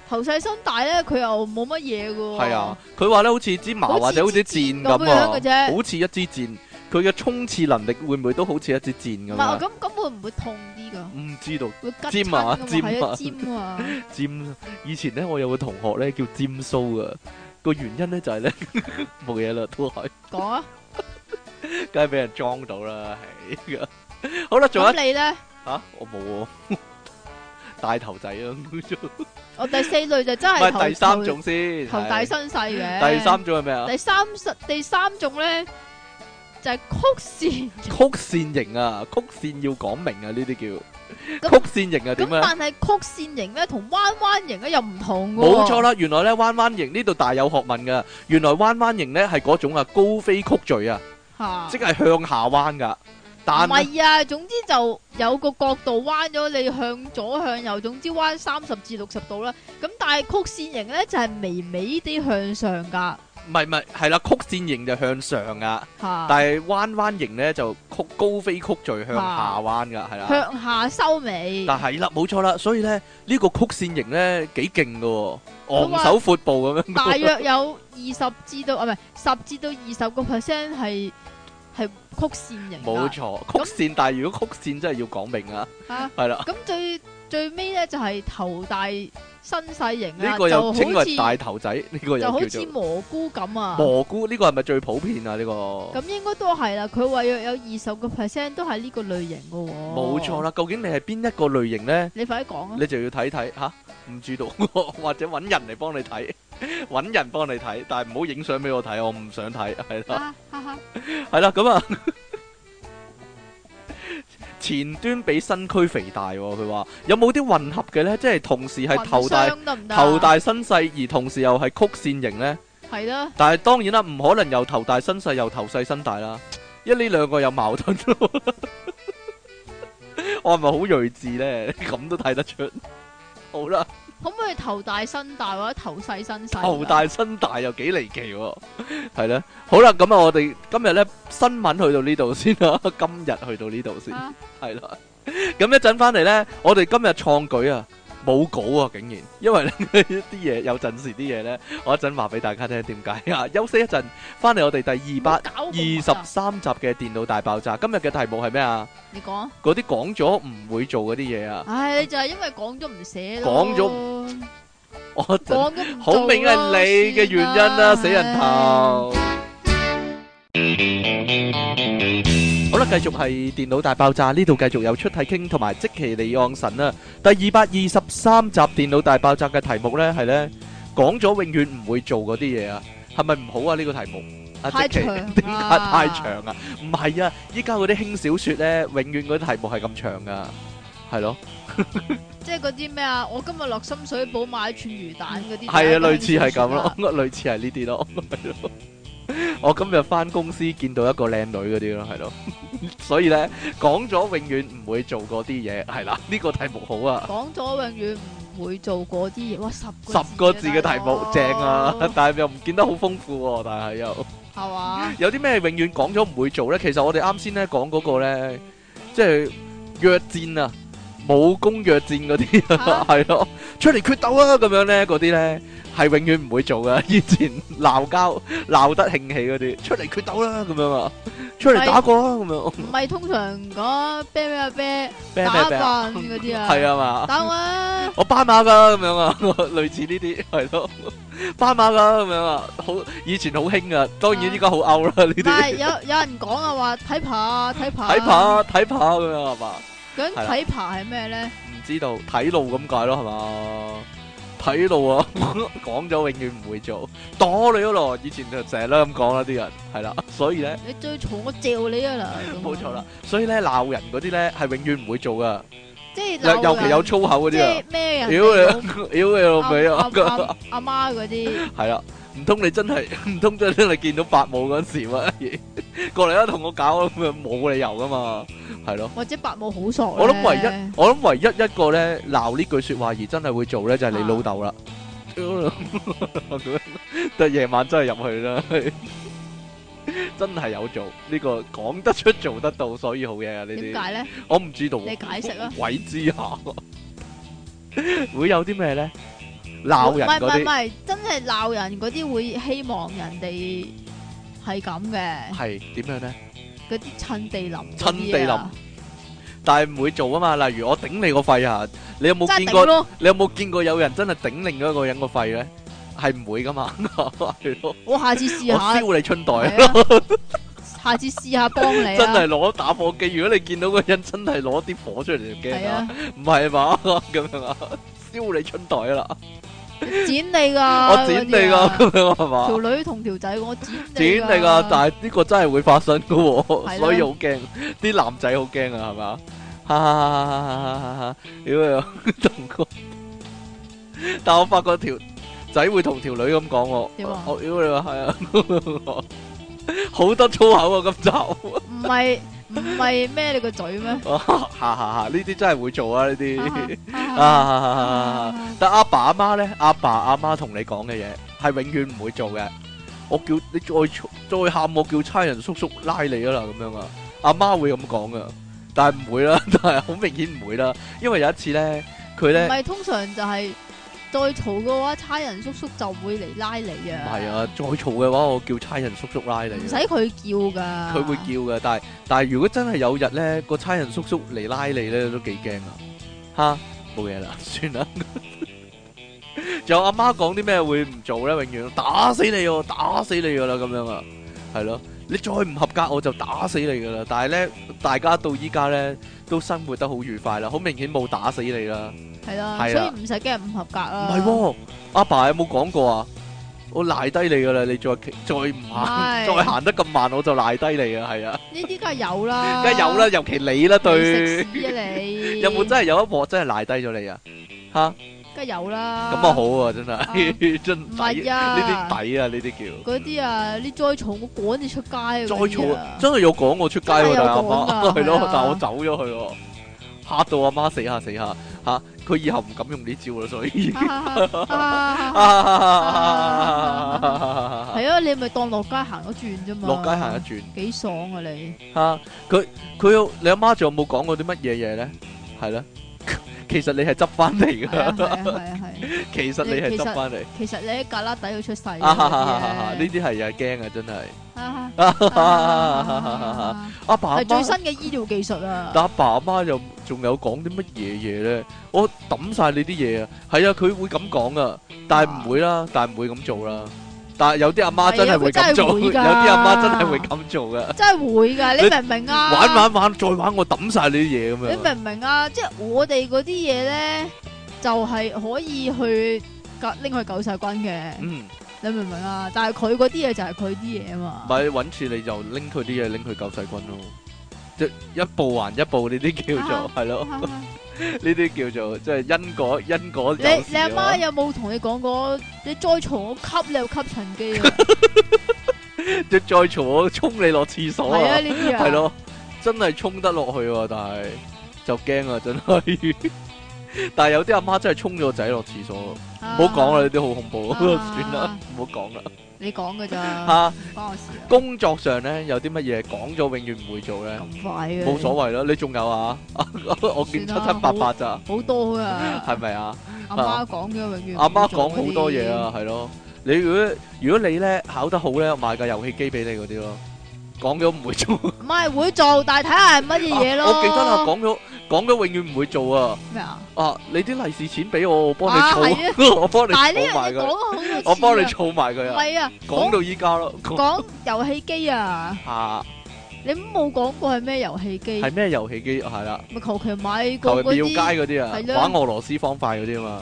Speaker 2: 頭細身大咧，佢又冇乜嘢嘅喎。
Speaker 1: 係啊，。佢話咧好似支矛
Speaker 2: 好似
Speaker 1: 或者好似
Speaker 2: 支
Speaker 1: 箭
Speaker 2: 箭
Speaker 1: 咁
Speaker 2: 咁樣嘅
Speaker 1: 啊，
Speaker 2: 啫
Speaker 1: 好似一支箭。佢嘅衝刺能力會唔會都好似一支箭
Speaker 2: 唔
Speaker 1: 咁
Speaker 2: 係啊
Speaker 1: 啊？
Speaker 2: 咁咁會唔會痛啲㗎？
Speaker 1: 唔知道。
Speaker 2: 會拮
Speaker 1: 尖啊
Speaker 2: 親㗎嘛
Speaker 1: 尖啊
Speaker 2: 係啊，尖啊！
Speaker 1: 尖，以前咧我有個同學咧叫尖蘇噶，個原因咧就係咧 冇嘢啦，都係
Speaker 2: 講啊，
Speaker 1: 梗係俾人裝到啦，係啊好啦，仲有
Speaker 2: 咁
Speaker 1: 一
Speaker 2: 你咧，
Speaker 1: 吓我冇喎， 大頭仔啊，
Speaker 2: 我第四類就真
Speaker 1: 唔
Speaker 2: 係頭
Speaker 1: 係第三種先，
Speaker 2: 頭頭大
Speaker 1: 係
Speaker 2: 身細嘅。
Speaker 1: 第三種係咩啊？
Speaker 2: 第三十第三種咧就係、曲線，
Speaker 1: 曲線型啊，曲線要講明啊，呢啲叫
Speaker 2: 咁
Speaker 1: 曲線型啊，
Speaker 2: 咁
Speaker 1: 點啊？
Speaker 2: 但係曲線型咧同彎彎型咧又唔同嘅。
Speaker 1: 冇錯。啦，原來咧彎彎型呢度大有學問噶，原來彎彎型咧係嗰種啊高飛曲序啊，
Speaker 2: 嚇
Speaker 1: 即係向下彎噶，
Speaker 2: 唔
Speaker 1: 但
Speaker 2: 係啊，總之就有個角度彎咗，你向左向右，總之彎三十至六十度啦。咁但係曲線型咧就係、微微啲向上噶
Speaker 1: 唔係唔係，係啦，曲線型就向上啊，
Speaker 2: 吓，
Speaker 1: 但係彎彎型咧就曲高飛曲序向下彎噶，係啦。
Speaker 2: 向下收尾。
Speaker 1: 但係啦，冇錯啦，所以咧呢個曲線型咧幾勁噶，
Speaker 2: 啊
Speaker 1: 昂首闊步咁樣
Speaker 2: 大
Speaker 1: 㗎喎。
Speaker 2: 約有二十至到啊，唔係十至到二十個 percent 係係曲線型㗎。
Speaker 1: 冇錯，曲線，但係如果曲線真係要講明啊，
Speaker 2: 嚇
Speaker 1: 係啦，
Speaker 2: 咁最最尾咧就係、頭大身細型啦，
Speaker 1: 呢個又稱
Speaker 2: 啊就好
Speaker 1: 為
Speaker 2: 似
Speaker 1: 大頭仔，呢個
Speaker 2: 就好
Speaker 1: 又叫
Speaker 2: 似
Speaker 1: 做
Speaker 2: 蘑菇咁啊。
Speaker 1: 蘑菇，呢個係咪最普遍啊？呢個
Speaker 2: 咁應該都係啦，佢話有有二十個 percent 都係呢個類型嘅喎。
Speaker 1: 冇錯，啦，究竟你係邊一個類型咧？
Speaker 2: 你快啲講啊！
Speaker 1: 你就要睇睇吓，唔知道 或者揾人嚟幫你睇， 揾人幫你睇，但係唔好影相俾我睇，我唔想睇，係啦，
Speaker 2: 啊哈哈，
Speaker 1: 係啦，咁啊， 前端比身軀肥大喎，佢話有冇啲混合嘅呢？即係同時係頭大
Speaker 2: 暈傷得唔得啊？
Speaker 1: 頭大身細，而同時又係曲線型呢？
Speaker 2: 係啦，
Speaker 1: 但係當然啦，唔可能又頭大身細又頭細身大啦，因為呢兩個有矛盾咯。 我係咪好睿智呢？咁都睇得出。好啦。
Speaker 2: 可唔可以頭大身大或者頭細身細？
Speaker 1: 頭大身大又幾離奇喎，係咧。好啦，咁啊，我哋今日咧新聞去到呢度先啦， 今日去到呢度先，
Speaker 2: 啊
Speaker 1: 係啦。咁一陣翻嚟咧，我哋今日創舉啊，冇稿啊，竟然，因為呢 啲嘢有陣時啲嘢呢，我一陣話俾大家聽點解啊！休息一陣，翻嚟我哋第二百
Speaker 2: 搞
Speaker 1: 二
Speaker 2: 咁啊
Speaker 1: 十三集嘅電腦大爆炸，今日嘅題目係咩啊？
Speaker 2: 你講啊，
Speaker 1: 嗰啲講咗唔會做嗰啲嘢啊！
Speaker 2: 唉，你就係因為講咗唔寫咯，
Speaker 1: 講咗
Speaker 2: 咗
Speaker 1: 我一陣
Speaker 2: 講咗唔
Speaker 1: 好明係你嘅原因啦，死人！頭！好啦，繼續係電腦大爆炸呢度，繼續有出體傾同埋即其利昂神啦。第二百二十三集電腦大爆炸嘅題目呢係呢講咗永遠唔會做嗰啲嘢啊，係咪唔好啊？呢個題目啊，
Speaker 2: 太
Speaker 1: 即其
Speaker 2: 長
Speaker 1: 點解
Speaker 2: 啊
Speaker 1: 太長啊？唔係啊，依家嗰啲輕小說呢，永遠嗰啲題目係咁長噶，係咯。
Speaker 2: 即係嗰啲咩啊？我今日落深水埗買串魚蛋嗰啲，
Speaker 1: 係啊，類似係啊嗯咁咯，， 類似係呢啲咯，係咯。我今日翻公司見到一個靚女嗰啲咯，係 咯。所以咧，講咗永遠唔會做嗰啲嘢，係啦。呢、個題目好啊，
Speaker 2: 講咗永遠唔會做嗰啲嘢，哇十個
Speaker 1: 十個字嘅題目
Speaker 2: 大佬
Speaker 1: 正啊，但係又唔見得好豐富喎、但係又
Speaker 2: 係嘛？
Speaker 1: 有啲咩永遠講咗唔會做咧？其實我哋啱先咧講嗰個咧，即係約戰啊，武功約戰嗰啲。
Speaker 2: 嚇
Speaker 1: 系咯，出嚟決鬥啊！咁樣咧，嗰啲咧係永遠唔會做噶。 以前鬧交鬧得興起嗰啲，出嚟決鬥啦咁樣啊，出嚟打過啦咁樣，
Speaker 2: 唔係通常講啤咩啤
Speaker 1: 咩咩
Speaker 2: 打
Speaker 1: 咩啊，
Speaker 2: 扮嗰啲啊，
Speaker 1: 係啊嘛，
Speaker 2: 打我啊！
Speaker 1: 我斑馬噶咁樣啊， 類似呢啲係咯，斑馬噶咁樣啊，好以前好興啊，當然依家好 out 啦呢
Speaker 2: 但係
Speaker 1: 啲，
Speaker 2: 有有人講啊話睇扒睇扒
Speaker 1: 睇扒睇扒咁樣係嘛，
Speaker 2: 究竟
Speaker 1: 係啦
Speaker 2: 睇扒係咩咧？
Speaker 1: 唔知道睇路咁解咯係嘛。睇路啊， 講咗永遠唔會做，躲你嗰咯。以前就成日都咁講啦，啲人係啦，所以咧。
Speaker 2: 你最嘈我嚼你啊啦！咁啊
Speaker 1: 冇錯啦，，所以咧鬧人嗰啲咧係永遠唔會做噶，
Speaker 2: 即係
Speaker 1: 尤
Speaker 2: 鬧
Speaker 1: 尤其有
Speaker 2: 人
Speaker 1: 粗口嗰
Speaker 2: 即
Speaker 1: 啲啊，
Speaker 2: 係咩人
Speaker 1: 屌
Speaker 2: 哋老
Speaker 1: 你屌你老味啊，
Speaker 2: 阿阿阿媽嗰啲，
Speaker 1: 係啦，唔通你真係 唔通真係見到伯母嗰陣時乜嘢 過嚟啊同我搞咁樣冇理由噶嘛，係咯，
Speaker 2: 或者伯母好傻。
Speaker 1: 我諗唯一我諗唯一一個咧鬧呢句説話而真係會做咧就係你老豆啦， 屌你老母咁樣但夜晚真係入去啦。真係有做呢、個講得出做得到，所以好嘢啊！呢啲
Speaker 2: 點解咧？
Speaker 1: 我唔知道喎，
Speaker 2: 你解釋啊
Speaker 1: 鬼知下， 會有啲咩咧？鬧人
Speaker 2: 唔
Speaker 1: 嗰
Speaker 2: 係唔係唔
Speaker 1: 啲
Speaker 2: 係，真係鬧人嗰啲會希望人哋係咁嘅，
Speaker 1: 係點樣咧？
Speaker 2: 嗰啲趁地淋嗰啲啊，
Speaker 1: 趁地淋但係唔會做啊嘛。例如我頂你個肺啊！你有冇
Speaker 2: 真係
Speaker 1: 見
Speaker 2: 頂
Speaker 1: 過？
Speaker 2: 咯，
Speaker 1: 你有冇見過有人真係頂另一個人個肺咧？係唔會噶嘛？ 係咯，
Speaker 2: 我下次試
Speaker 1: 我
Speaker 2: 下，
Speaker 1: 燒你春袋，
Speaker 2: 係啊下次試下幫你 啊，
Speaker 1: 真係攞打火機。如果你見到個人真係攞啲火出嚟，你就驚
Speaker 2: 係
Speaker 1: 啦
Speaker 2: 啊，，
Speaker 1: 唔係嘛？咁樣啊，燒你春袋啦！
Speaker 2: 剪你噶，
Speaker 1: 我剪你
Speaker 2: 嗰啲
Speaker 1: 噶，
Speaker 2: 啊
Speaker 1: 咁樣係嘛？
Speaker 2: 條女同條仔我剪你
Speaker 1: 剪你噶
Speaker 2: 㗎，
Speaker 1: 但係呢個真係會發生噶
Speaker 2: 係
Speaker 1: 喎，
Speaker 2: 啦
Speaker 1: 所以好驚，啲男仔好驚啊，係嘛？哈哈哈哈哈哈！屌你啊，同個，但我發覺條仔會同條女咁講喎，
Speaker 2: 點啊
Speaker 1: 我屌你啊，係啊，好多粗口啊，今集，
Speaker 2: 唔係唔係咩你個 嘴咩？
Speaker 1: 哈哈哈哈！呢啲真係會做啊，呢啲
Speaker 2: 啊
Speaker 1: 啊，但阿爸阿媽咧，阿爸阿媽同你講嘅嘢係永遠唔會做嘅。我叫你再嘈再喊，我叫差人叔叔拉你啊啦咁樣啊。阿媽會咁講噶，但係唔會啦，但係好明顯唔會啦。因為有一次咧，佢
Speaker 2: 唔
Speaker 1: 咧
Speaker 2: 係通常就係再嘈嘅話，差人叔叔就會嚟拉你
Speaker 1: 唔
Speaker 2: 啊。
Speaker 1: 係啊，再嘈嘅話，我叫差人叔叔拉你
Speaker 2: 唔使
Speaker 1: 啊。
Speaker 2: 佢叫噶，
Speaker 1: 佢會叫嘅，但係但係如果真係有日咧，個差人叔叔嚟拉你咧，都幾驚啊！吓，冇嘢啦， 算啦。仲有阿媽講啲咩會唔做咧？永遠打死你喎，打死你噶啦咁樣啊，係咯。你再唔合格我就打死你噶啦。但係咧，大家到依家咧都生活得好愉快啦，好明顯冇打死你啦。
Speaker 2: 係啦，
Speaker 1: 係
Speaker 2: 所
Speaker 1: 啦
Speaker 2: 以唔使驚唔合格
Speaker 1: 唔
Speaker 2: 啦。
Speaker 1: 係喎，阿爸有冇講過啊？我賴低你噶啦，你再再唔行，
Speaker 2: 係
Speaker 1: 再行得咁慢我就賴低你啊，係啊。
Speaker 2: 呢啲梗係有啦，
Speaker 1: 梗係有啦，，尤其你啦對
Speaker 2: 食，屎啊你，
Speaker 1: 有冇真？係有一鑊真係賴低咗你啊？吓，
Speaker 2: 梗係有啦，
Speaker 1: 咁啊好啊，真係 真
Speaker 2: 唔
Speaker 1: 抵，
Speaker 2: 係
Speaker 1: 呢
Speaker 2: 啊，
Speaker 1: 啲抵啊，呢啲
Speaker 2: 嗰啲啊，你再嘈我趕你出街啊，
Speaker 1: 叫再
Speaker 2: 嗰啲
Speaker 1: 嘈
Speaker 2: 啊
Speaker 1: 啊， 真係有講我出街
Speaker 2: 真係
Speaker 1: 喎，
Speaker 2: 有
Speaker 1: 但係阿
Speaker 2: 講
Speaker 1: 媽
Speaker 2: 㗎
Speaker 1: 係咯
Speaker 2: 係啊，
Speaker 1: 但我走咗去喎，嚇到阿媽死下死下吓，佢以後唔敢用呢招啦，所 以
Speaker 2: 係
Speaker 1: 啊
Speaker 2: 啊，你咪當落街行咗轉啫嘛，
Speaker 1: 落街行一轉
Speaker 2: 幾爽 啊你，
Speaker 1: 吓，佢佢有你阿媽仲有冇講過啲乜嘢嘢咧？係啦， 其實你係執翻嚟
Speaker 2: 係啊
Speaker 1: 噶，
Speaker 2: 係啊係啊係啊，
Speaker 1: 其實你係執翻嚟。
Speaker 2: 其實你喺格拉底度出世嘅
Speaker 1: 啊哈哈哈哈！呢
Speaker 2: 呢啲
Speaker 1: 啲係啊驚啊，真係。
Speaker 2: 啊
Speaker 1: 啊
Speaker 2: 啊
Speaker 1: 阿爸 阿
Speaker 2: 係最
Speaker 1: 媽
Speaker 2: 新嘅醫療技術啊！
Speaker 1: 但阿爸阿媽又仲有講啲乜嘢嘢咧？我抌晒你啲嘢啊！係啊，佢會咁講啊，但係唔會啦，但係唔會咁做啦。但係有啲阿媽真係會咁做，有
Speaker 2: 係啊佢真
Speaker 1: 啲
Speaker 2: 係會㗎
Speaker 1: 阿媽真係會咁做噶。
Speaker 2: 真係會㗎，你
Speaker 1: 你
Speaker 2: 明唔明啊？
Speaker 1: 玩玩玩，再玩我抌晒你啲嘢咁
Speaker 2: 你
Speaker 1: 樣。
Speaker 2: 明唔明啊？即係我哋嗰啲嘢咧，就係可以去救拎去救世軍嘅，
Speaker 1: 嗯，
Speaker 2: 你明唔明啊？但係佢嗰啲嘢就係佢啲嘢啊嘛。
Speaker 1: 咪揾次你就拎佢啲嘢，拎去救世軍咯。即係一步還一步，呢啲叫做
Speaker 2: 啊
Speaker 1: 係咯，呢啲叫做即係因果因果
Speaker 2: 你
Speaker 1: 有時
Speaker 2: 你阿
Speaker 1: 啊
Speaker 2: 媽有冇同你講過？你再嘈我吸，你又吸塵 機啊？
Speaker 1: 即係再嘈我衝你落廁所
Speaker 2: 係
Speaker 1: 啊
Speaker 2: 啊，！呢啲啊，
Speaker 1: 系，咯，真係衝得落去喎，但係就驚啊，真係。 但係有啲阿媽真係衝咗個仔落廁所，唔好講啦，呢。啲好恐怖，
Speaker 2: 啊
Speaker 1: 算啦，唔好講啦。
Speaker 2: 你講㗎
Speaker 1: 吓、
Speaker 2: 咋，唔關我事啊。
Speaker 1: 工作上咧有啲乜嘢講咗永遠唔會做咧，
Speaker 2: 咁快嘅，
Speaker 1: 冇所謂啦。你仲有啊？ 我見七
Speaker 2: 算啦
Speaker 1: 七八八咋，
Speaker 2: 好多噶。
Speaker 1: 係咪啊？
Speaker 2: 阿媽講嘅永遠唔
Speaker 1: 阿媽
Speaker 2: 做
Speaker 1: 講
Speaker 2: 嗰
Speaker 1: 好多
Speaker 2: 啲
Speaker 1: 嘢啊，係咯。你如果如果你咧考得好咧，我買架遊戲機俾你嗰啲咯，講咗唔會做。
Speaker 2: 唔係會做，但係睇下係乜嘢嘢咯。
Speaker 1: 我記得啦，講咗講咗永遠唔會做啊。
Speaker 2: 咩啊？
Speaker 1: 啊！你啲利是錢俾我，我幫你
Speaker 2: 啊
Speaker 1: 儲， 我幫你
Speaker 2: 但係呢
Speaker 1: 儲埋
Speaker 2: 樣嘢
Speaker 1: 佢，
Speaker 2: 講好多次啊
Speaker 1: 我幫你儲埋佢
Speaker 2: 唔
Speaker 1: 啊！
Speaker 2: 係啊，
Speaker 1: 講
Speaker 2: 講
Speaker 1: 到依家咯，講
Speaker 2: 講遊戲機啊，
Speaker 1: 下
Speaker 2: 你冇講過係咩遊戲機？
Speaker 1: 係咩遊戲機？係啦，
Speaker 2: 咪求其買
Speaker 1: 求
Speaker 2: 個
Speaker 1: 其
Speaker 2: 嗰
Speaker 1: 廟
Speaker 2: 啲
Speaker 1: 街嗰啲啊
Speaker 2: 係，啦
Speaker 1: 玩俄羅斯方塊嗰啲啊嘛，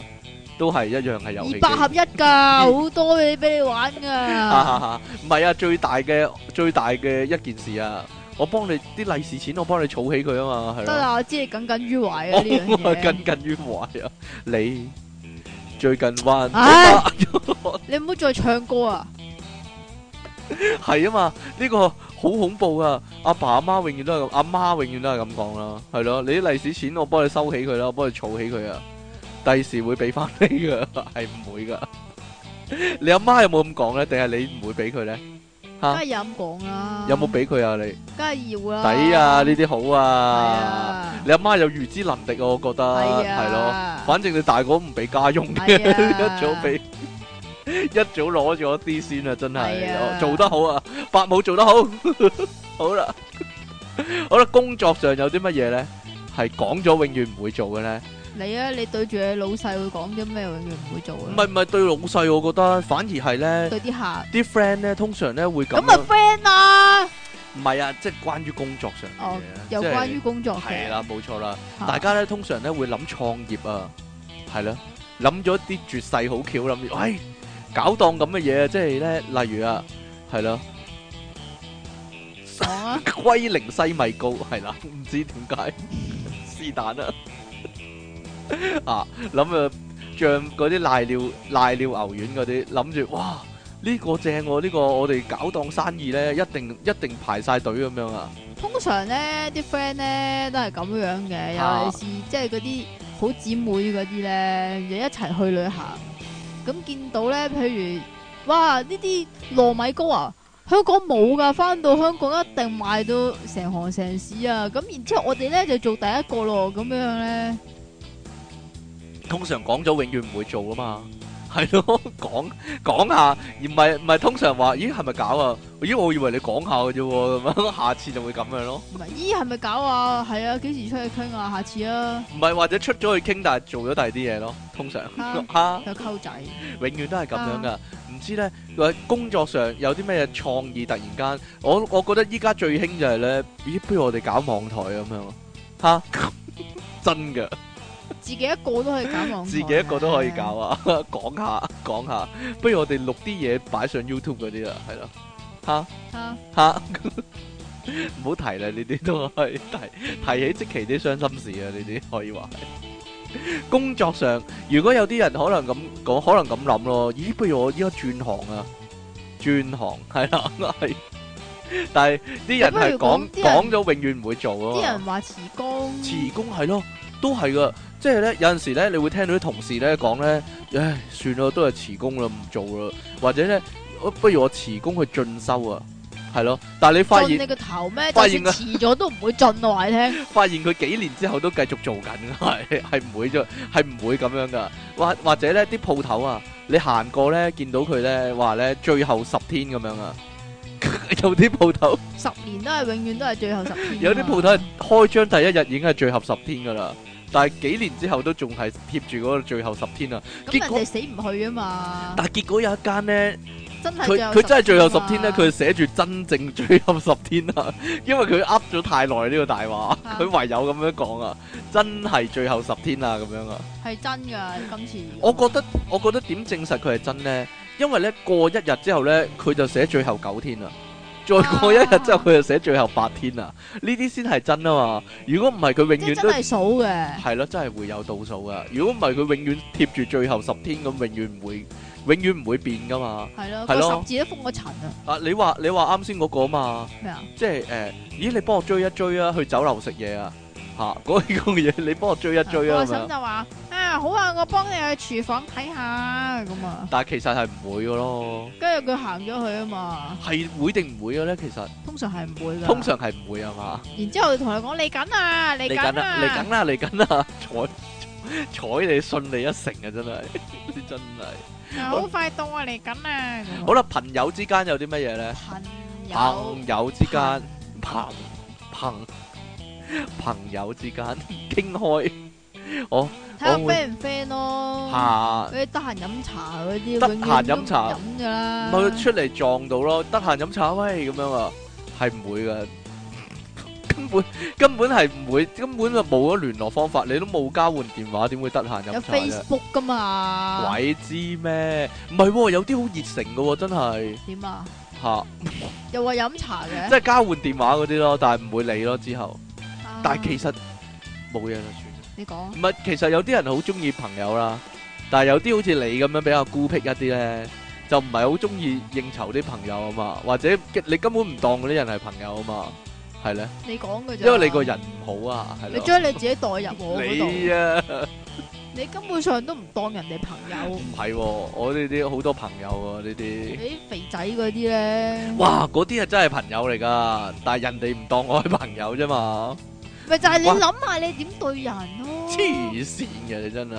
Speaker 1: 都係一樣係遊戲
Speaker 2: 二
Speaker 1: 機。
Speaker 2: 百合一㗎，好多嘢俾你玩㗎。
Speaker 1: 哈哈哈唔係啊，最大嘅最大嘅一件事啊，我幫你啲利是錢，我幫你儲起佢啊嘛，係
Speaker 2: 得
Speaker 1: 咯。
Speaker 2: 啦，我知你耿耿於懷啊
Speaker 1: 我
Speaker 2: 呢樣嘢
Speaker 1: 近，近於懷啊！你最近彎
Speaker 2: 唉你唔好再唱歌啊！
Speaker 1: 係啊嘛，呢、個好恐怖啊！阿爸阿媽永遠都係咁，阿媽永遠都係咁講啦，係咯，你啲利是錢我幫你收起佢啦，我幫你儲起佢啊，第時會俾翻你噶， 係唔會噶。你阿媽有冇咁講咧？定係你唔會俾佢咧？
Speaker 2: 梗係有咁講啦，
Speaker 1: 有冇？俾佢啊？你
Speaker 2: 梗係要啦，
Speaker 1: 抵啊！呢啲好
Speaker 2: 係
Speaker 1: À, 啊！
Speaker 2: 啊，
Speaker 1: 你阿媽有預知能力啊，我覺得
Speaker 2: 係
Speaker 1: 係咯。
Speaker 2: 啊，
Speaker 1: 反正你大個唔俾家用 嘅，
Speaker 2: 係啊
Speaker 1: 一早俾一早攞咗啲先啊！真係
Speaker 2: 係啊
Speaker 1: 哦做得好啊，伯母做得好， 好啦，好啦，工作上有啲乜嘢咧？係講咗永遠唔會做嘅咧？
Speaker 2: 你啊，你對住你老細會講啲咩？永遠唔會做
Speaker 1: 唔
Speaker 2: 啊。
Speaker 1: 係唔係對老細，我覺得反而係咧
Speaker 2: 對啲客，
Speaker 1: 啲 friend 咧，通常咧會咁
Speaker 2: 咁咪
Speaker 1: 樣。
Speaker 2: friend 啦，
Speaker 1: 唔係啊，即係關於工作上嘅嘢
Speaker 2: 哦
Speaker 1: 啊，
Speaker 2: 又
Speaker 1: 即係
Speaker 2: 關於工作嘅
Speaker 1: 係，啦，冇錯啦。
Speaker 2: 嚇
Speaker 1: 大家咧通常咧會諗創業啊，係啦，諗咗啲絕世好橋，諗住，唉，搞檔咁嘅嘢，即係咧，例如啊，係啦，
Speaker 2: 講 啊，
Speaker 1: 龜苓西米糕係啦，唔知點解是但啦， 啊，諗啊醬嗰啲瀨尿瀨尿牛丸嗰啲，諗住哇呢個正喎，呢個我哋搞檔生意咧，一定一定排晒隊咁樣啊，
Speaker 2: 通常咧啲 friend 咧都係咁樣嘅，
Speaker 1: 嚇
Speaker 2: 尤其是即係嗰啲好姊妹嗰啲咧，就一齊去旅行，咁見到咧，譬如哇呢啲糯米糕啊。香港冇噶，翻到香港一定賣到成行成市啊！咁然之後我哋咧就做第一個咯，咁樣咧
Speaker 1: 通常講咗永遠唔會做啊嘛， 係咯，講講下，而唔係唔係通常話，咦係咪搞啊？咦我以為你講下嘅啫喎，咁樣 下次就會咁樣咯，
Speaker 2: 唔係，咦係咪搞啊？係啊，幾時出去傾啊？下次啊，
Speaker 1: 唔係或者出咗去傾，但係做咗第二啲嘢咯，通常
Speaker 2: 啊
Speaker 1: 啊
Speaker 2: 有溝仔。
Speaker 1: 永遠都係咁樣噶。唔知呢，佢工作上有啲咩創意突然間，我我覺得依家最興就係呢：咦不如我哋搞網台咁樣嚇， 真嘅。
Speaker 2: 自己一個都可以搞網台啊
Speaker 1: 自己一個都可以搞。啊， 講下講下，不如我哋錄啲嘢擺上 YouTube 嗰啲啦，係咯，
Speaker 2: 啊
Speaker 1: 吓，唔好提啦，呢啲都係 提提起即其啲傷心事啊，呢啲可以話 係。工作上，如果有啲人可能咁講，可能咁諗咯，咦，不如我依家轉行啊，轉行係啦，係。但係啲人係
Speaker 2: 不
Speaker 1: 講
Speaker 2: 如講啲人
Speaker 1: 講咗，永遠唔會做啊
Speaker 2: 啲
Speaker 1: 嘛。
Speaker 2: 人話辭工，
Speaker 1: 辭工係咯，都係噶，即係咧有陣時咧，你會聽到啲同事咧講咧，唉，算啦，都係辭工啦，唔做啦，或者咧，我不如我辭工去進修啊，系咯，但系你發
Speaker 2: 盡你
Speaker 1: 現
Speaker 2: 個頭咩？就
Speaker 1: 發
Speaker 2: 算
Speaker 1: 現
Speaker 2: 遲咗都唔會盡我話你聽。
Speaker 1: 發現佢幾年之後都繼續做緊，係 係唔會啫，係唔會咁樣噶。或或者咧啲鋪頭啊，你行過咧見到佢咧話咧最後十天咁樣啊， 有啲鋪頭
Speaker 2: 十年都係永遠都係最後十天啊嘛。
Speaker 1: 有啲鋪頭係開張第一日已經係最後十天噶啦，但係幾年之後都仲係貼住嗰個最後十天啊。
Speaker 2: 咁
Speaker 1: 結
Speaker 2: 人
Speaker 1: 果
Speaker 2: 哋死唔去啊嘛，
Speaker 1: 但係結果有一間咧。
Speaker 2: 真係
Speaker 1: 佢
Speaker 2: 後
Speaker 1: 佢真係最後
Speaker 2: 10
Speaker 1: 十天咧，
Speaker 2: 啊
Speaker 1: 佢寫住真正最後十天啊， 因為佢噏咗太耐呢個大話，
Speaker 2: 啊
Speaker 1: 佢唯有咁樣講啊，真係最後十天啊咁樣啊。
Speaker 2: 係真㗎，今次。
Speaker 1: 我覺得我覺得點證實佢係真呢？因為呢，過一日之後呢，佢就寫最後九天啦，再過一日之後
Speaker 2: 啊
Speaker 1: 佢就寫最後八天啦，呢啲先係真啊嘛。如果唔係，佢永
Speaker 2: 即係
Speaker 1: 遠
Speaker 2: 真
Speaker 1: 都
Speaker 2: 係數嘅。
Speaker 1: 係咯，真係會有倒數噶。如果唔係，佢永遠貼住最後十天咁，永遠唔會永遠唔會變噶嘛。
Speaker 2: 係咯，
Speaker 1: 係咯
Speaker 2: 個十字都封咗塵啊！
Speaker 1: 啊，你話你話啱先嗰個啊嘛。
Speaker 2: 咩啊？
Speaker 1: 即係誒、呃咦！你幫我追一追啊，去酒樓食嘢啊，嚇 嗰樣嘢，你幫我追一追啊
Speaker 2: 我
Speaker 1: 咁
Speaker 2: 心
Speaker 1: 樣。
Speaker 2: 就話啊，好啊，我幫你去廚房睇下咁啊。
Speaker 1: 但係其實係唔會嘅咯，
Speaker 2: 跟住佢行咗去啊嘛，
Speaker 1: 係會定唔會嘅咧？其實
Speaker 2: 通常係唔會㗎。
Speaker 1: 通常係唔會啊嘛。
Speaker 2: 然之後同佢講嚟緊啊，嚟
Speaker 1: 嚟
Speaker 2: 緊
Speaker 1: 緊啦，嚟
Speaker 2: 啊
Speaker 1: 緊，啦，嚟 緊啦，睬睬你信你一成啊！真係， 你真係。
Speaker 2: 啊好快到啊，嚟緊啊！咁啊
Speaker 1: 好啦，朋友之間有啲乜嘢咧？
Speaker 2: 朋友
Speaker 1: 朋友之間，朋朋朋友之間 傾開
Speaker 2: 睇下
Speaker 1: 我會
Speaker 2: friend 唔 friend 咯。
Speaker 1: 下。
Speaker 2: 嗰啲得閒飲茶嗰啲，
Speaker 1: 得
Speaker 2: 永
Speaker 1: 閒
Speaker 2: 遠
Speaker 1: 飲茶
Speaker 2: 都唔飲㗎啦。
Speaker 1: 咪出嚟撞到咯，得閒飲茶喂咁樣啊，係唔會噶，根本根本係唔會，根本就冇咗聯絡方法，你都冇交換電話，點會得閒
Speaker 2: 有
Speaker 1: 飲茶啫？
Speaker 2: Facebook 啊㗎嘛？
Speaker 1: 鬼知咩？唔係喎，有啲好熱誠噶喎，真係
Speaker 2: 點啊？
Speaker 1: 吓，
Speaker 2: 又話飲茶嘅
Speaker 1: 即。係交換電話嗰啲咯，但係唔會理咯之後，
Speaker 2: 啊
Speaker 1: 但係其實冇嘢啦，算啦。
Speaker 2: 你講
Speaker 1: 唔係，其實有啲人好中意朋友啦，但係有啲好似你咁樣比較孤僻一啲咧，就唔係好中意應酬啲朋友啊嘛，或者你根本唔當嗰啲人係朋友啊嘛，係咧，
Speaker 2: 你講嘅啫。
Speaker 1: 因為你個人唔好啊，係
Speaker 2: 啊你
Speaker 1: 咯。
Speaker 2: 將你自己代入我嗰
Speaker 1: 你
Speaker 2: 度，
Speaker 1: 啊，
Speaker 2: 你根本上都唔當人哋朋友
Speaker 1: 唔。係喎，我呢啲好多朋友喎呢
Speaker 2: 你
Speaker 1: 啲，
Speaker 2: 啲肥仔嗰啲咧，
Speaker 1: 哇，嗰啲啊真係朋友嚟噶，但係人哋唔當我係朋友啫嘛，
Speaker 2: 咪就係你
Speaker 1: 哇
Speaker 2: 諗下你點對人咯。
Speaker 1: 黐線嘅你真係，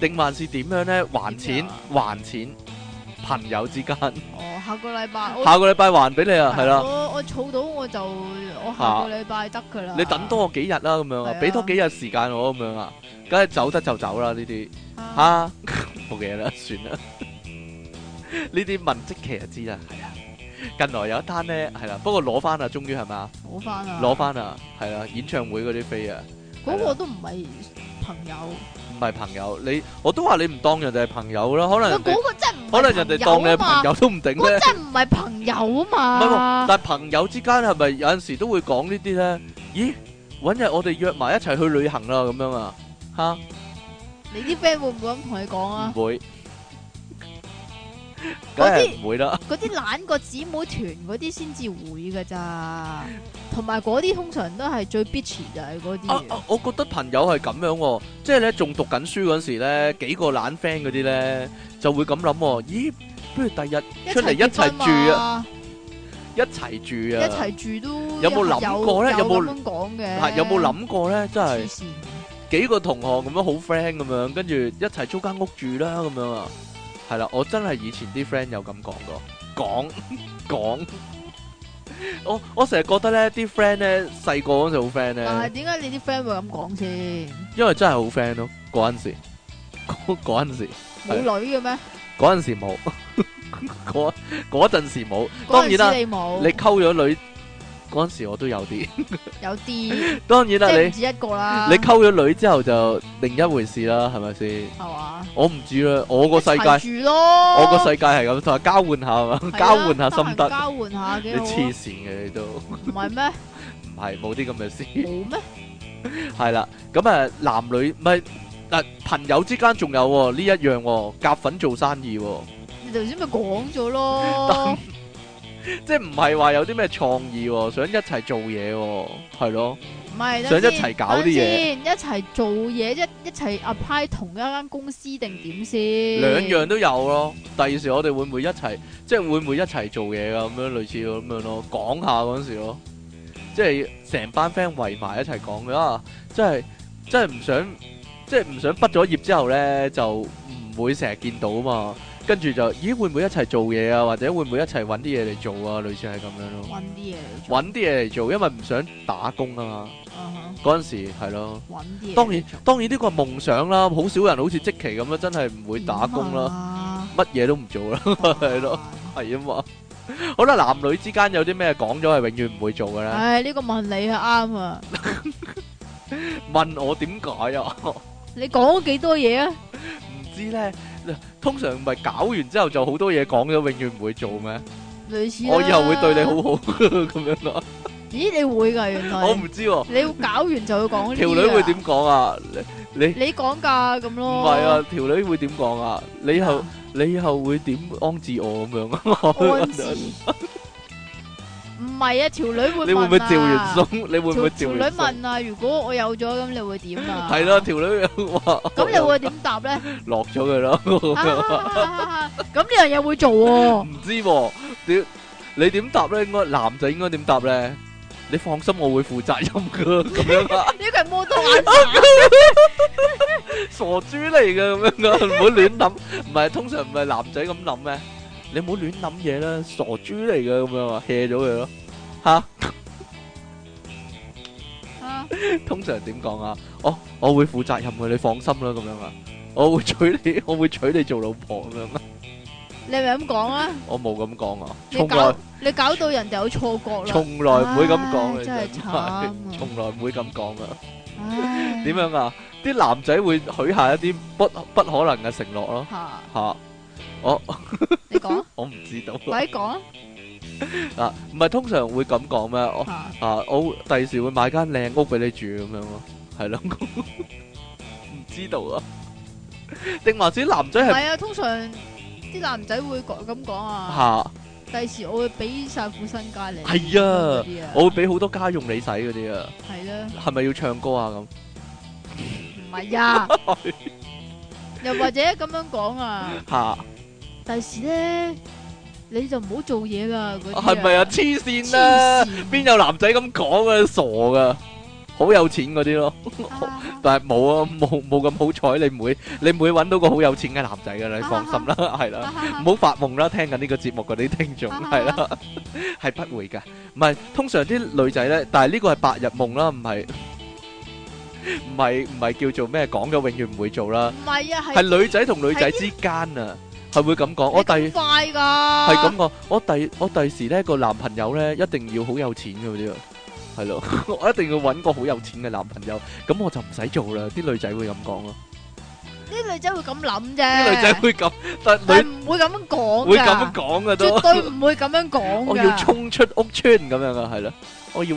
Speaker 1: 定還是點樣咧？還
Speaker 2: 點
Speaker 1: 錢
Speaker 2: 樣啊
Speaker 1: 還錢，朋友之 間。
Speaker 2: 哦，下個禮拜我
Speaker 1: 下個禮拜還俾你 啊，係啦，
Speaker 2: 我我儲到我就我下個禮拜得噶啦。
Speaker 1: 你等多我幾日啦，咁樣
Speaker 2: 係
Speaker 1: 啊，
Speaker 2: 啊
Speaker 1: 俾多幾日時間我咁樣啊，梗係走得就走啦呢啲，
Speaker 2: 啊
Speaker 1: 吓 冇嘢啦，算啦， 呢啲文職期就知啦，係啊。近來有一單咧，係啦，不過攞翻啦，終於係嘛，
Speaker 2: 攞翻啊！
Speaker 1: 攞翻啦，係啦，演唱會嗰啲飛啊，
Speaker 2: 嗰個都唔係朋友，
Speaker 1: 唔係朋友，你我都話你唔當人哋係朋友啦，可能
Speaker 2: 喂
Speaker 1: 人哋
Speaker 2: 嗰個真係唔係
Speaker 1: 可能人哋當你係
Speaker 2: 朋
Speaker 1: 朋
Speaker 2: 友啊嘛，
Speaker 1: 友都唔定
Speaker 2: 嗰個
Speaker 1: 咧。
Speaker 2: 真係唔係朋友
Speaker 1: 唔係喎
Speaker 2: 啊，嘛。
Speaker 1: 但係朋友之間係咪有陣時都會講呢啲咧？咦，揾日我哋約埋一齊去旅行啦，咁樣啊？嚇，
Speaker 2: 你啲 friend 會唔會咁同你講啊？
Speaker 1: 唔會，梗係唔會啦。
Speaker 2: 嗰啲懶個姊妹團嗰啲先至會噶咋，同埋嗰啲通常都係最 bitch 就係嗰
Speaker 1: 啊
Speaker 2: 啲，
Speaker 1: 啊，我覺得朋友係咁樣喎，即係咧仲讀緊書嗰陣時咧，幾個懶 friend 嗰啲咧就會咁諗喎。咦，不如第日出嚟一齊
Speaker 2: 結婚
Speaker 1: 住啊，
Speaker 2: 嘛，
Speaker 1: 一齊
Speaker 2: 一
Speaker 1: 住啊。
Speaker 2: 齊住都
Speaker 1: 有冇諗過呢
Speaker 2: 有
Speaker 1: 有冇
Speaker 2: 咁樣講嘅？
Speaker 1: 係有冇諗過咧？真係
Speaker 2: 黐線
Speaker 1: 幾個同學咁樣好 friend 咁樣，跟住一齊租間屋住啦咁樣啊，係啦，我真係以前啲 friend 有咁講 過，講講，我我成日覺得咧啲 friend 咧細個嗰陣時好 friend
Speaker 2: 但係
Speaker 1: 咧，
Speaker 2: 點解你啲 friend 會咁講先？
Speaker 1: 因為真係好 friend 咯，嗰陣時，嗰嗰陣時，
Speaker 2: 冇女嘅咩？
Speaker 1: 嗰陣時冇， 嗰嗰陣時冇，當
Speaker 2: 嗰
Speaker 1: 然
Speaker 2: 陣時
Speaker 1: 啦，
Speaker 2: 你 冇，
Speaker 1: 你溝咗女嗰陣時我都 有啲，
Speaker 2: 有啲即
Speaker 1: 當然啦，
Speaker 2: 係唔
Speaker 1: 你
Speaker 2: 止一個啦。
Speaker 1: 你溝咗女之後就另一回事啦，係咪先？
Speaker 2: 係嘛？
Speaker 1: 我唔知啦，我個世界。
Speaker 2: 一齊住咯，
Speaker 1: 我個世界係咁，就係交換下係嘛，
Speaker 2: 係啊
Speaker 1: 交換下心
Speaker 2: 得閒
Speaker 1: 得。
Speaker 2: 交換下
Speaker 1: 你
Speaker 2: 嘅，
Speaker 1: 黐線嘅你都唔
Speaker 2: 唔係咩？
Speaker 1: 係冇啲咁嘅事，
Speaker 2: 冇咩？
Speaker 1: 係啦。咁啊，男女唔係嗱朋友之間仲有喎呢一樣喎，夾份做生意喎。
Speaker 2: 你頭先咪講咗咯，
Speaker 1: 即系唔係話有啲咩創意喎，想一齊做嘢喎，係咯，
Speaker 2: 唔係
Speaker 1: 想
Speaker 2: 等
Speaker 1: 一
Speaker 2: 先
Speaker 1: 齊搞啲嘢
Speaker 2: 等先一齊做嘢，一一齊 apply 同一間公司定點先？
Speaker 1: 兩樣都有咯。第二時我哋會唔會一齊，即係會唔會一齊做嘢㗎？咁樣類似咁樣咯，講下嗰陣時咯，即係成班 friend 圍埋一齊講嘅啊！真係真係唔想，即係唔想畢咗業之後咧就唔會成日見到啊嘛。跟住就，咦會唔會一齊做嘢啊？或者會唔會一齊揾啲嘢嚟做啊？類似係咁樣咯，
Speaker 2: 揾啲嘢嚟做，
Speaker 1: 揾啲嘢嚟做，因為唔想打工啊嘛。
Speaker 2: 啊
Speaker 1: 嗰陣時係咯。
Speaker 2: 哈揾啲嘢嚟做。
Speaker 1: 當然當然呢個係夢想啦，好少人好似即期咁樣，真係唔會打 工啦，
Speaker 2: 啦，
Speaker 1: 乜嘢都唔做啦， 係
Speaker 2: 係
Speaker 1: 咯。係啊嘛。好啦，男女之間有啲咩講咗係永遠唔會做嘅咧？
Speaker 2: 唉，呢個問你係啱啊！
Speaker 1: 問我點解啊？
Speaker 2: 你講咗幾多嘢啊？
Speaker 1: 唔知咧。通常唔係搞完之後就好多嘢講咗，永遠唔會做咩？
Speaker 2: 類似
Speaker 1: 我以後會對
Speaker 2: 會
Speaker 1: 你好。 好咁樣咯。
Speaker 2: 咦，你會㗎原來？
Speaker 1: 我唔知喎，
Speaker 2: 你搞完就會講。
Speaker 1: 條女會？點講啊？你你
Speaker 2: 你講㗎咁
Speaker 1: 唔
Speaker 2: 咯。
Speaker 1: 係啊？條女會點講啊？你以後你以後會點安置我咁樣啊？
Speaker 2: 安置。唔係啊，條女會問 啊。
Speaker 1: 你會唔會
Speaker 2: à.
Speaker 1: 趙元 松？你會唔會
Speaker 2: 條
Speaker 1: 趙
Speaker 2: 條女
Speaker 1: 元松？
Speaker 2: 問啊，如果我有咗咁，你會點啊？
Speaker 1: 係啦，條女哇，
Speaker 2: 咁你會點答咧？
Speaker 1: 落咗佢咯，
Speaker 2: 啊咁呢樣嘢會做喎，
Speaker 1: 唔知喎，屌你點答咧？應該男仔應該點答咧？你放心，我會負責任噶，咁 樣啊，
Speaker 2: 呢個係摩多眼罩
Speaker 1: 傻豬嚟嘅咁樣噶，唔好亂諗，唔係通常唔係男仔咁諗咩？你唔好亂諗嘢啦，傻豬嚟嘅咁樣啊，hea 咗佢咯，吓。
Speaker 2: 啊，
Speaker 1: 通常點講啊？我我會負責任嘅，你放心啦，咁樣啊，我會娶你， 我會娶你做老婆咁樣啊，
Speaker 2: 你係咪咁講啊？
Speaker 1: 我冇咁講啊，
Speaker 2: 你
Speaker 1: 從來
Speaker 2: 搞你搞到人哋有錯覺啦，
Speaker 1: 從來唔會咁講嘅，
Speaker 2: 唉真係慘啊
Speaker 1: 從來唔會咁講啊。
Speaker 2: 唉
Speaker 1: 點樣啊？啲男仔會許下一啲不不可能嘅承諾咯，
Speaker 2: 吓？
Speaker 1: 吓，
Speaker 2: 你講，
Speaker 1: 我唔知道
Speaker 2: 快啲講啊
Speaker 1: 啊，唔係通常會咁講咩？我
Speaker 2: 吓！
Speaker 1: 啊，我第時會買間靚屋俾你住咁樣咯，係咯， 唔知道啊。定還是男仔
Speaker 2: 唔
Speaker 1: 係
Speaker 2: 係啊，通常啲男仔會講咁講啊，
Speaker 1: 吓？
Speaker 2: 第時我會俾晒副身家你，
Speaker 1: 係啊
Speaker 2: 嗰啲啊，
Speaker 1: 我會俾好多家用你使嗰啲啊，
Speaker 2: 係啦，
Speaker 1: 係咪要唱歌啊咁？
Speaker 2: 唔係啊，又或者咁樣講啊，
Speaker 1: 吓，
Speaker 2: 第時咧你就唔好做嘢啦，嗰啲
Speaker 1: 係咪啊？？黐線啦
Speaker 2: 黐，線
Speaker 1: 邊有男仔咁講啊？傻噶，好有錢嗰啲咯，
Speaker 2: 啊
Speaker 1: 但係冇啊，冇冇咁好彩，你唔會你唔會揾到個好有錢嘅男仔噶啦，你放心啦，係
Speaker 2: à,
Speaker 1: 啦。唔好發夢啦，聽緊呢個節目嗰啲聽眾
Speaker 2: 啊
Speaker 1: 係啦， 係不會噶。唔係通常啲女仔咧，但係呢個係白日夢啦，唔係唔係唔係叫做咩講咗永遠唔會做啦，
Speaker 2: 唔係啊，係
Speaker 1: 係女仔同女仔之間啊，係會咁講。我第
Speaker 2: 你咁快噶，
Speaker 1: 係咁講，我第我第時咧個男朋友咧一定要好有錢嘅嗰啲啊，係咯， 我一定要揾個好有錢嘅男朋友，咁我就唔使做啦。啲女仔會咁講咯，
Speaker 2: 啲女仔會咁諗啫，
Speaker 1: 啲女仔會咁，但
Speaker 2: 但
Speaker 1: 女
Speaker 2: 係唔會咁樣講㗎，
Speaker 1: 會咁講嘅都
Speaker 2: 絕。對唔會咁樣講
Speaker 1: 我
Speaker 2: 㗎。
Speaker 1: 要衝出屋村咁樣啊，係啦，我要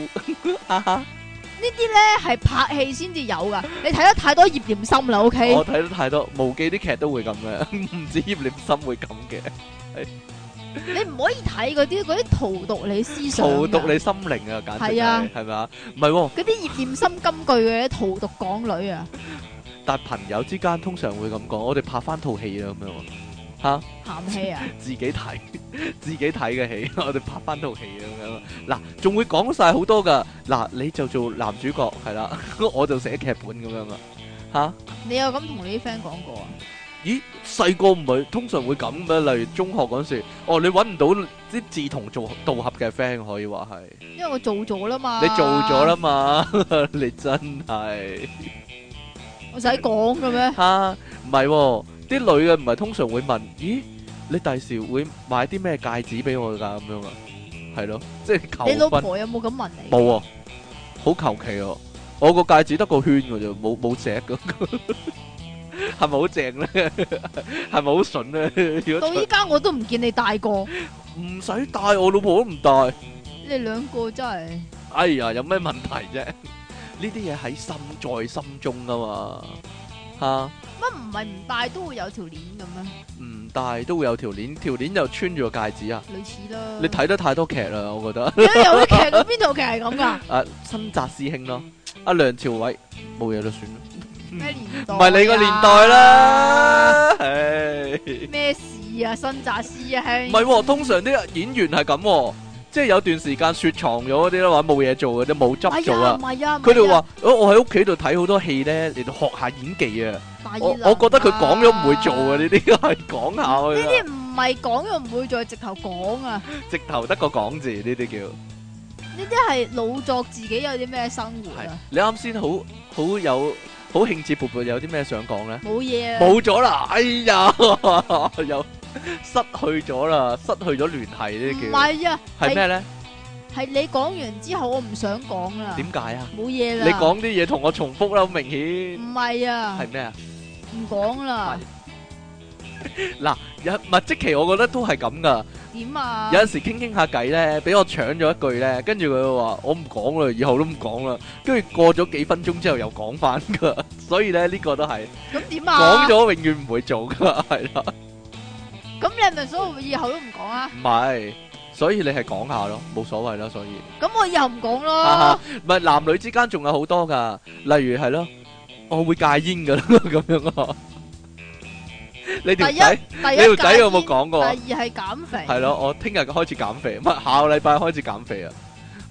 Speaker 1: 啊哈，
Speaker 2: 呢啲咧係拍戲先至有㗎，你睇得太多葉念心啦，OK？
Speaker 1: 我睇得太多，無記啲劇都會咁嘅， 唔止葉念心會咁嘅，
Speaker 2: 你唔可以睇嗰啲，嗰啲荼毒你思想
Speaker 1: 荼
Speaker 2: 㗎，
Speaker 1: 毒你心靈啊，簡直
Speaker 2: 係啊
Speaker 1: 係，係咪啊？唔係喎，
Speaker 2: 嗰啲葉念心金句嘅荼毒港女啊，
Speaker 1: 但係朋友之間通常會咁講，我哋拍翻套戲啦咁樣喎，
Speaker 2: 鹹戲啊，
Speaker 1: 自己睇 自己睇嘅戲， 我哋拍翻套戲咁樣啊。嗱，仲會講晒好多噶，嗱，你就做男主角係啦， 我就寫劇本咁樣啊，嚇。
Speaker 2: 你有咁同你啲 friend 講過啊？
Speaker 1: 咦，細個唔係通常會咁咩？例如中學嗰陣時，哦，你揾唔到啲志同做道合嘅 friend 可以話係，
Speaker 2: 因為我做咗啦嘛，
Speaker 1: 你做咗啦，嘛， 你真係
Speaker 2: 我使講嘅咩？
Speaker 1: 嚇，唔係喎，啲女嘅唔係通常會問，咦，你第時會買啲咩戒指俾我㗎咁樣啊？係咯，即係
Speaker 2: 你老
Speaker 1: 求婚
Speaker 2: 婆有冇咁問你？
Speaker 1: 冇啊，好求其喎，我個戒指得個圈㗎啫，冇冇石咁， 係咪好正咧？ 係咪好筍咧？如果
Speaker 2: 到依家我都唔見你大個，
Speaker 1: 唔使戴，我老婆都唔戴。
Speaker 2: 你哋兩個真係
Speaker 1: 哎 呀，有咩問題啫？呢啲嘢喺心在心中啊嘛，吓
Speaker 2: 乜唔係唔戴都會有條鏈咁咩？
Speaker 1: 唔戴都會有條鏈，條鏈又穿住個戒指啊！
Speaker 2: 類似啦。
Speaker 1: 你睇得太多劇啦，我覺得。
Speaker 2: 睇有啲劇，咁邊套劇係 咁㗎？
Speaker 1: 啊，新澤師兄咯，阿梁朝偉冇嘢都算啦，
Speaker 2: 咩年代？
Speaker 1: 唔係你個年代。啦，唉。
Speaker 2: 咩事啊？新扎師
Speaker 1: 唔
Speaker 2: 兄。
Speaker 1: 係喎，通常啲演員係咁喎，即係有段時間雪藏咗嗰啲啦，或者冇嘢做嗰啲冇執
Speaker 2: 哎呀
Speaker 1: 做啊
Speaker 2: 唔。係啊，唔係啊
Speaker 1: 佢哋話：哦我喺屋企度睇好多戲咧，嚟到學下演技啊！
Speaker 2: 大熱
Speaker 1: 我
Speaker 2: 啦
Speaker 1: 我覺得佢講咗唔會做啊，呢啲係講下
Speaker 2: 呢
Speaker 1: 佢啊，
Speaker 2: 啲唔係講又唔會再直頭講啊！
Speaker 1: 直頭得個講字，呢啲叫
Speaker 2: 呢啲係老作自己有啲咩生活
Speaker 1: 係
Speaker 2: 啊？。
Speaker 1: 你啱先好好有好興致勃勃，有啲咩想講咧？
Speaker 2: 冇嘢啊！
Speaker 1: 冇咗啦！哎呀， 又失去咗啦，失去咗聯繫呢
Speaker 2: 唔
Speaker 1: 啲叫
Speaker 2: 係啊，
Speaker 1: 係咩咧？
Speaker 2: 係你講完之後，我唔想講啦，
Speaker 1: 點解啊？
Speaker 2: 冇嘢
Speaker 1: 你
Speaker 2: 啦。
Speaker 1: 講啲嘢同我重複啦，好明顯
Speaker 2: 唔係啊
Speaker 1: 係，咩啊？
Speaker 2: 唔講啦。
Speaker 1: 有麥即奇，我覺得都係咁噶。
Speaker 2: 點啊？
Speaker 1: 有陣時傾傾下偈咧，俾我搶咗一句咧，跟住佢話我唔講啦，以後都唔講啦。跟住過咗幾分鐘之後又講翻 噶，所以咧呢個都係
Speaker 2: 咁點
Speaker 1: 講
Speaker 2: 啊？
Speaker 1: 咗永遠唔會做 噶，係啦，
Speaker 2: 咁你係咪所以以後都唔講啊？
Speaker 1: 唔係，所以你係講下咯，冇所謂啦，所以。
Speaker 2: 咁我以後唔講
Speaker 1: 哈
Speaker 2: 咯
Speaker 1: 哈。唔係男女之間仲有好多噶，例如係咯，我會戒煙 噶啦咁樣啊。你條
Speaker 2: 第一
Speaker 1: 仔，
Speaker 2: 第
Speaker 1: 你條
Speaker 2: 一
Speaker 1: 仔有冇
Speaker 2: 戒
Speaker 1: 講過啊？
Speaker 2: 煙？第二係減肥，
Speaker 1: 係咯，我聽日開始減肥，唔係下個禮拜開始減肥啊，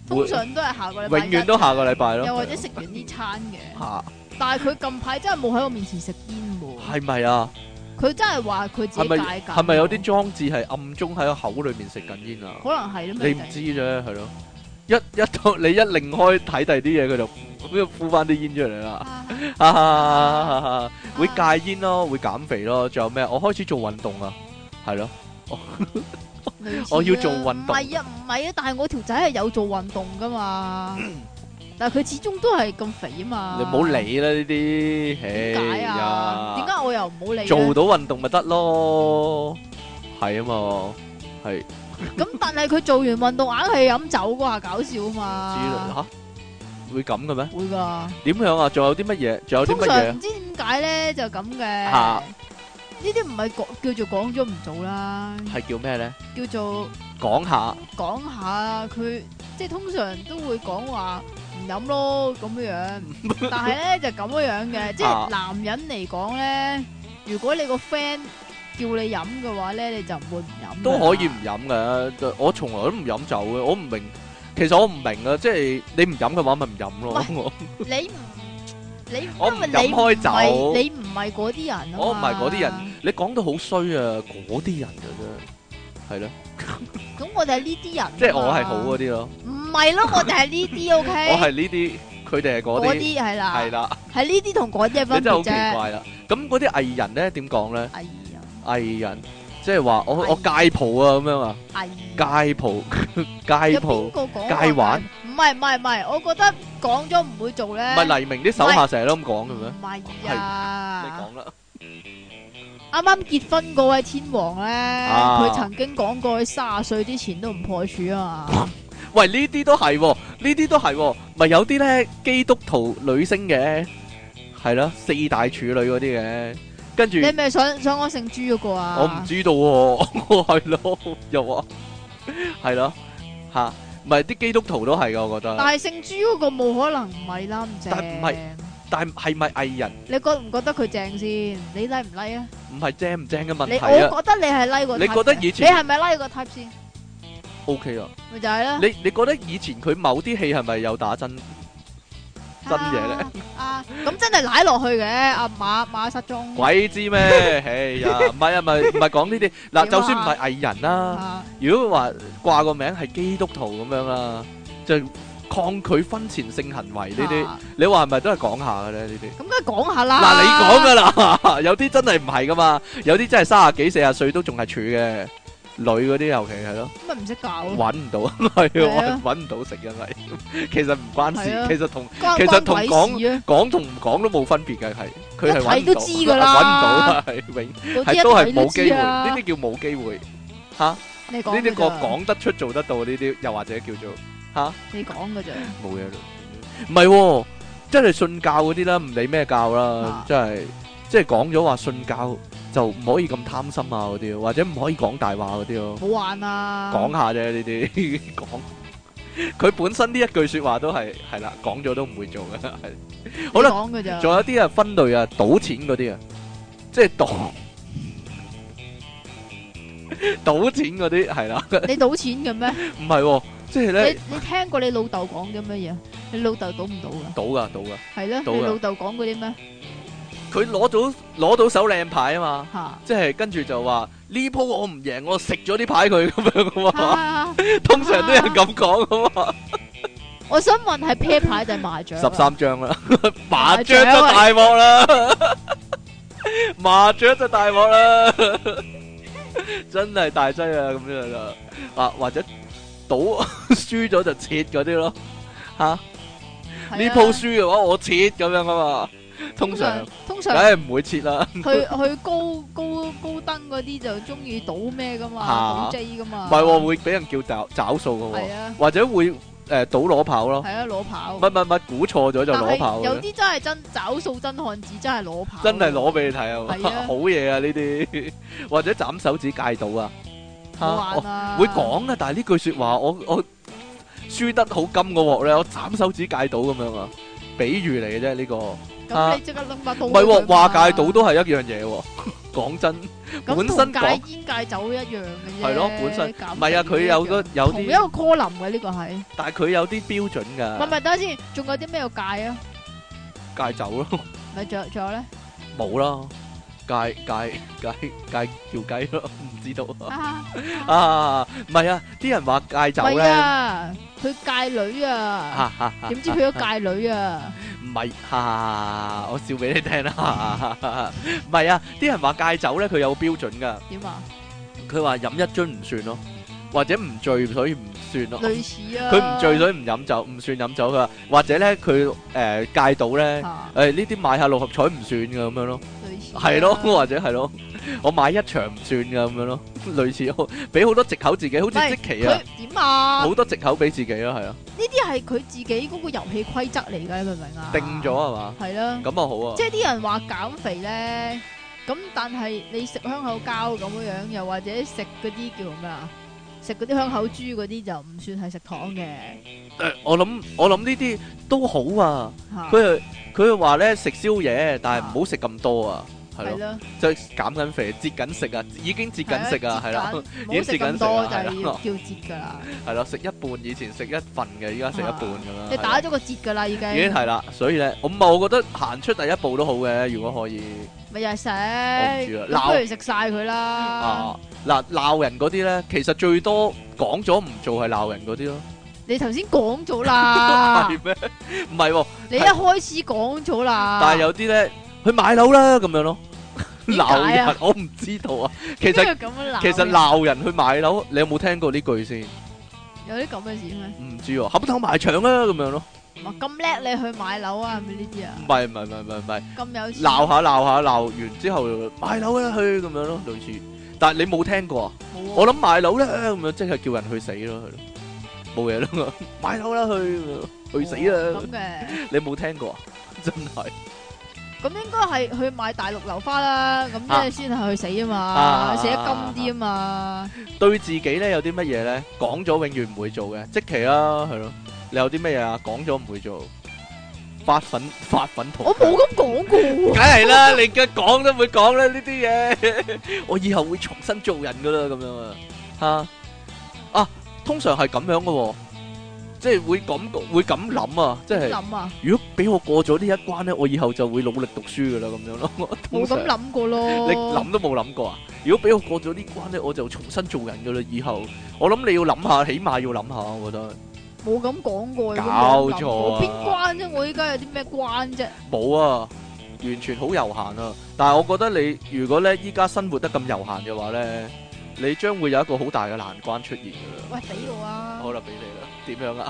Speaker 1: 會
Speaker 2: 通常都係下個禮拜
Speaker 1: 永
Speaker 2: 一
Speaker 1: 遠都下個禮拜咯。
Speaker 2: 又或者食完呢餐嘅。
Speaker 1: 吓，
Speaker 2: 但係佢近排真係冇喺我面前食煙喎。
Speaker 1: 係咪啊？
Speaker 2: 佢真係話佢自
Speaker 1: 係
Speaker 2: 己
Speaker 1: 咪
Speaker 2: 戒緊。
Speaker 1: 係咪有啲裝置係暗中喺個口裏面食緊煙啊？
Speaker 2: 可能係啦，
Speaker 1: 你唔知啫，係咯。一一到你一擰開睇第二啲嘢，佢就咁樣呼翻啲煙出嚟啦。
Speaker 2: 啊？
Speaker 1: 哈哈哈哈會
Speaker 2: 啊
Speaker 1: 戒煙咯，會減肥咯，仲有咩？我開始做運動啊，係咯，
Speaker 2: 類似
Speaker 1: 我要做
Speaker 2: 啦
Speaker 1: 運動
Speaker 2: 唔係啊，唔係啊，但係我條仔係有做運動 噶嘛。但係佢始終都係咁肥啊嘛。
Speaker 1: 你唔好。理啦呢啲。哎
Speaker 2: 點
Speaker 1: 點
Speaker 2: 解啊？點解我又唔好理呢
Speaker 1: 做到運動咪得咯？係啊嘛，係知
Speaker 2: 咁但係佢做完運動硬係飲酒嗰下搞笑啊
Speaker 1: 啦
Speaker 2: 嘛。
Speaker 1: 吓，會咁嘅咩？
Speaker 2: 會㗎。
Speaker 1: 點樣啊？仲有啲乜嘢？仲有啲
Speaker 2: 通
Speaker 1: 乜
Speaker 2: 常
Speaker 1: 嘢
Speaker 2: 唔知點解咧就咁嘅。
Speaker 1: 嚇
Speaker 2: 呢啲唔係講叫做講咗唔做啦，
Speaker 1: 係叫咩咧？
Speaker 2: 叫做。
Speaker 1: 講下。
Speaker 2: 講下佢即係通常都會講話唔飲咯咁樣 樣，但係咧就咁樣樣嘅，即
Speaker 1: 啊
Speaker 2: 係男人嚟講咧，如果你個 friend 叫你飲嘅話咧，你就唔會唔飲㗎啦。
Speaker 1: 都可以唔飲嘅，我從來都唔飲酒嘅，我唔明。其實我唔明啊，即係你唔飲嘅話，咪唔飲咯。我
Speaker 2: 你唔你
Speaker 1: 我唔
Speaker 2: 因為你
Speaker 1: 飲開酒
Speaker 2: 唔係你唔係嗰啲人啊嘛
Speaker 1: 我唔係嗰啲人，你講到好衰啊，嗰啲人嘅啫，係咯，
Speaker 2: 咁我哋係呢啲人啊嘛，
Speaker 1: 即係我係好嗰啲咯，
Speaker 2: 唔係咯，我哋係呢啲 OK，
Speaker 1: 我係呢啲，佢哋係嗰
Speaker 2: 嗰
Speaker 1: 啲，
Speaker 2: 啲係啦，
Speaker 1: 係啦，
Speaker 2: 係呢啲同嗰啲嘅
Speaker 1: 你真
Speaker 2: 分
Speaker 1: 係好
Speaker 2: 別
Speaker 1: 奇
Speaker 2: 啫。
Speaker 1: 怪啦。咁嗰啲藝人咧點講咧？
Speaker 2: 哎呀，
Speaker 1: 藝人即係話我
Speaker 2: 藝
Speaker 1: 我戒蒲啊咁樣啊，
Speaker 2: 哎呀。
Speaker 1: 戒蒲戒
Speaker 2: 有
Speaker 1: 蒲
Speaker 2: 邊，個講
Speaker 1: 戒玩
Speaker 2: 話唔係唔係唔係，我覺得講咗唔會做咧。
Speaker 1: 唔係黎明啲手下成日都咁講嘅咩？
Speaker 2: 唔係
Speaker 1: 你
Speaker 2: 啊！
Speaker 1: 講啦，
Speaker 2: 啱啱結婚嗰位天王咧，
Speaker 1: 啊
Speaker 2: 佢曾經講過，佢卅歲之前都唔破處啊嘛。
Speaker 1: 喂呢啲都係喎，呢啲都係喎，咪有啲咧基督徒女星嘅，係啦，四大處女嗰啲嘅，跟住
Speaker 2: 你。係咪想想講姓朱嗰個啊？
Speaker 1: 我唔知道 喎，係咯，又話係咯，吓，唔係啲基督徒都係噶，我覺
Speaker 2: 但
Speaker 1: 得。
Speaker 2: 係姓朱嗰個冇可能唔係啦，唔正。
Speaker 1: 但唔係但係咪藝人
Speaker 2: 你覺唔覺得佢正先？你 like 唔 like 啊？
Speaker 1: 唔係正唔正嘅問
Speaker 2: 你
Speaker 1: 題啊
Speaker 2: 我覺得你係 like 個 type
Speaker 1: 你
Speaker 2: 嘅。
Speaker 1: 覺得以前
Speaker 2: 你係咪 like 個 type 先？
Speaker 1: ？O K 啊，
Speaker 2: 咪就係啦。
Speaker 1: 你你覺得以前佢某啲戲係咪有打真？真嘢咧
Speaker 2: 啊。啊，咁真係奶落去嘅。阿馬馬失蹤。
Speaker 1: 鬼知 咩？哎呀，唔係啊，唔係唔係講呢啲嗱，就算唔係藝人啦，
Speaker 2: 啊！
Speaker 1: 如果話掛個名係基督徒咁樣啦，就抗拒婚前性行為呢啲，
Speaker 2: 啊
Speaker 1: 你話係咪都係講下嘅咧？呢啲？
Speaker 2: 咁梗係講下啦。
Speaker 1: 嗱，你講噶啦， 有啲真係唔係噶嘛，有啲真係三十幾四十歲都仲係處嘅，女嗰啲尤其係咯，
Speaker 2: 咁咪唔識搞咯，
Speaker 1: 揾唔到，係
Speaker 2: 嗯係
Speaker 1: 啊
Speaker 2: 啊
Speaker 1: 揾唔到食，因為其實唔關事
Speaker 2: 係啊，
Speaker 1: 其實同
Speaker 2: 關
Speaker 1: 其實同
Speaker 2: 關
Speaker 1: 講
Speaker 2: 鬼事啊！
Speaker 1: 講同唔講都冇分別嘅，係佢係揾
Speaker 2: 一
Speaker 1: 唔
Speaker 2: 睇
Speaker 1: 到，
Speaker 2: 都知 㗎啦
Speaker 1: 揾唔到係永
Speaker 2: 嗰啲一
Speaker 1: 係都係
Speaker 2: 睇
Speaker 1: 冇機會，
Speaker 2: 知
Speaker 1: 呢
Speaker 2: 啊！
Speaker 1: 啲叫冇機會，呢
Speaker 2: 你講
Speaker 1: 啲個
Speaker 2: 㗎咋
Speaker 1: 講得出做得到呢啲，又或者叫做
Speaker 2: 你講嘅啫。
Speaker 1: 冇嘢咯，唔係喎，真係信教嗰啲啦，唔理咩教啦
Speaker 2: 啊，
Speaker 1: 真係即係講咗話信教就唔可以咁貪心啊嗰啲，或者唔可以講大話嗰啲咯。
Speaker 2: 好玩啊！
Speaker 1: 講下啫呢啲， 講佢本身呢一句说話都係係啦，講咗都唔會做嘅。係好啦，
Speaker 2: 講嘅咋？
Speaker 1: 仲有啲啊分類啊，賭錢嗰啲啊，即係賭賭錢嗰啲係啦，
Speaker 2: 你賭錢嘅咩？
Speaker 1: 唔係喎，即係咧
Speaker 2: 你你聽過你老豆講嘅乜嘢？你老豆賭唔賭噶？
Speaker 1: 賭噶賭噶，
Speaker 2: 係咧，
Speaker 1: 賭㗎
Speaker 2: 你老豆講嗰啲咩？
Speaker 1: 佢攞到攞到手靚牌啊嘛，
Speaker 2: 吓
Speaker 1: 即係跟住就話呢鋪我唔贏，我食咗啲牌佢咁樣噶嘛，
Speaker 2: 啊！
Speaker 1: 通常都有人咁講噶嘛。
Speaker 2: 我想問係啤牌定係麻雀啊？
Speaker 1: 十三張 啦，麻
Speaker 2: 麻
Speaker 1: 雀
Speaker 2: 雀
Speaker 1: 就大鑊啦，麻雀就大鑊啦，真係大劑啊！咁樣啦，啊或者賭 輸咗就切嗰啲咯，吓呢
Speaker 2: 係啊
Speaker 1: 鋪輸嘅話我切咁樣啊嘛，通
Speaker 2: 通
Speaker 1: 常
Speaker 2: 常通
Speaker 1: 梗
Speaker 2: 常
Speaker 1: 係唔會切啦，
Speaker 2: 去去高高高登嗰啲就中意賭咩噶
Speaker 1: 嚇
Speaker 2: 嘛？賭 J 噶
Speaker 1: 唔
Speaker 2: 嘛？
Speaker 1: 係喎會俾人叫找找數嘅
Speaker 2: 係
Speaker 1: 喎，
Speaker 2: 啊
Speaker 1: 或者會誒賭裸跑咯，
Speaker 2: 係啊攞跑。
Speaker 1: 乜乜乜估錯咗就
Speaker 2: 但
Speaker 1: 裸
Speaker 2: 係
Speaker 1: 跑嘅
Speaker 2: 有啲真係真找數真漢子，真係攞跑。
Speaker 1: 真係攞俾你睇啊嘛！
Speaker 2: 係啊
Speaker 1: 好嘢啊呢啲，或者斬手指戒賭啊，
Speaker 2: 好玩
Speaker 1: 我
Speaker 2: 啊！
Speaker 1: 會講啊，但係呢句说話我我輸得好金個鑊咧，我斬手指戒賭咁樣啊，比喻嚟嘅啫呢個，唔
Speaker 2: 咁你即刻諗下賭。
Speaker 1: 係喎，話戒賭都係一樣嘢喎。 講真，
Speaker 2: 咁
Speaker 1: 本
Speaker 2: 同
Speaker 1: 身
Speaker 2: 戒
Speaker 1: 講
Speaker 2: 煙戒酒一樣嘅啫。
Speaker 1: 係咯本身
Speaker 2: 減
Speaker 1: 唔係啊，
Speaker 2: 肥
Speaker 1: 佢有
Speaker 2: 一
Speaker 1: 個
Speaker 2: 樣
Speaker 1: 有
Speaker 2: 同一個
Speaker 1: 啲，
Speaker 2: 科林嘅呢個係。
Speaker 1: 但係佢有啲標準
Speaker 2: 唔係
Speaker 1: 㗎，
Speaker 2: 唔係，等下先，仲有啲咩要戒啊？
Speaker 1: 戒酒咯，
Speaker 2: 咪仲有仲有咧？
Speaker 1: 冇啦，戒戒戒戒叫雞咯， 唔知道啊
Speaker 2: 啊
Speaker 1: 啊，唔係啊，啲人話戒酒
Speaker 2: 唔係
Speaker 1: 咧，
Speaker 2: 啊，佢戒女啊，
Speaker 1: 哈哈哈
Speaker 2: 點知佢都戒女啊？
Speaker 1: 唔係，哈哈哈我笑俾你聽啦，哈哈哈唔係啊，啲人話戒酒咧，佢有標準噶，
Speaker 2: 點啊？
Speaker 1: 佢話飲一樽唔算咯，或者唔醉所以唔算咯，
Speaker 2: 類似啊。
Speaker 1: 佢唔醉所以唔飲酒，唔算飲酒噶，或者咧佢誒戒到咧，
Speaker 2: 啊
Speaker 1: 誒呢啲買下六合彩唔算噶咁樣咯，
Speaker 2: 類似啊。
Speaker 1: 係咯，或者係咯，我買一場唔算噶咁樣咯，類似俾好多藉口自己，好似
Speaker 2: 喂
Speaker 1: 即期啊
Speaker 2: 佢，點啊？
Speaker 1: 好
Speaker 2: 呢
Speaker 1: 多藉口俾自己咯，係啊，
Speaker 2: 啲係佢自己嗰個遊戲規則嚟㗎，你明唔明啊？
Speaker 1: 定咗。係嘛，
Speaker 2: 係啦。
Speaker 1: 咁啊好啊
Speaker 2: 即。係啲人話減肥咧，咁但係你食香口膠咁樣樣，又或者食嗰啲叫咩啊？食嗰啲香口豬嗰啲就唔算係食糖嘅
Speaker 1: 誒我諗我諗呢啲都好啊。
Speaker 2: 嚇，
Speaker 1: 佢係佢係話咧食宵夜，但係唔好食咁多啊。係咯，
Speaker 2: 係咯，
Speaker 1: 就減緊肥，節緊食啊，已經節緊食啊，係啦，
Speaker 2: 啦，唔
Speaker 1: 已經
Speaker 2: 好食
Speaker 1: 節緊
Speaker 2: 咁
Speaker 1: 食啦
Speaker 2: 多就
Speaker 1: 係啦
Speaker 2: 係要叫節㗎啦，
Speaker 1: 係啦，食一半以前食一份嘅，依家食一半咁樣。
Speaker 2: 啊 你
Speaker 1: 係啦
Speaker 2: 打咗個折㗎啦已經，
Speaker 1: 已經係啦，所以咧，我唔係我覺得行出第一步都好嘅，如果可以
Speaker 2: 咪又係食，
Speaker 1: 知啊
Speaker 2: 咁
Speaker 1: 鬧
Speaker 2: 不如食晒佢啦。
Speaker 1: 啊嗱鬧人嗰啲咧，其實最多講咗唔做係鬧人嗰啲咯，
Speaker 2: 你頭先講咗 啦，
Speaker 1: 係咩？ 唔係喎，
Speaker 2: 你一開始講咗啦，
Speaker 1: 但係有啲咧去買樓啦咁樣咯，
Speaker 2: 點解啊
Speaker 1: 鬧人我唔知道啊，其實
Speaker 2: 邊個咁樣鬧嘅，
Speaker 1: 其實鬧人去買樓，你有冇聽過呢句先？
Speaker 2: 有啲咁嘅事咩？
Speaker 1: 唔知喎，冚頭埋牆啦咁樣咯。
Speaker 2: 哇咁叻你去買樓啊？係咪呢啲啊？
Speaker 1: 唔係唔係唔係唔係唔係，
Speaker 2: 咁有錢
Speaker 1: 鬧下鬧下鬧完之後就買樓啦去咁樣咯，類似。但係你冇聽過啊？
Speaker 2: 冇
Speaker 1: 我諗
Speaker 2: 啊
Speaker 1: 買樓啦咁樣，即係叫人去死咯，係咯，冇嘢咯， 買樓啦去咁樣，去死啦！
Speaker 2: 咁嘅，
Speaker 1: 你冇聽過啊？ 真係
Speaker 2: 咁應該係去買大陸樓花啦，咁即
Speaker 1: 啊
Speaker 2: 係先係去死啊
Speaker 1: 啊
Speaker 2: 嘛，死得金啲啊嘛，
Speaker 1: 對自己咧有啲乜嘢咧，講咗永遠唔會做嘅，即期啦，係咯。你有啲乜嘢啊？講咗唔會做，發粉 發粉圖。
Speaker 2: 我冇咁講過喎，
Speaker 1: 梗係啦，你嘅講都唔會講啦呢啲嘢， 我以後會重新做人噶啦咁樣啊，吓啊，通常係咁樣噶喎，即係會咁會咁諗啊，即係
Speaker 2: 諗啊，
Speaker 1: 如果俾我過咗呢一關咧，我以後就會努力讀書噶啦咁樣咯。 通
Speaker 2: 冇
Speaker 1: 常
Speaker 2: 咁諗過
Speaker 1: 你
Speaker 2: 咯，
Speaker 1: 諗都冇諗過啊？如果俾我過咗呢關咧，我就重新做人噶啦，以後我諗你要諗下，起碼要諗下，我覺得
Speaker 2: 冇咁講過，
Speaker 1: 搞
Speaker 2: 冇咁諗
Speaker 1: 錯
Speaker 2: 過
Speaker 1: 啊
Speaker 2: 邊關啫？我依家有啲咩關啫？
Speaker 1: 冇啊。完全好悠閒啊！但係我覺得你如果咧依家生活得咁悠閒嘅話咧，你將會有一個好大嘅難關出現噶啦。
Speaker 2: 喂，俾我啊，
Speaker 1: 好啦，俾你啦，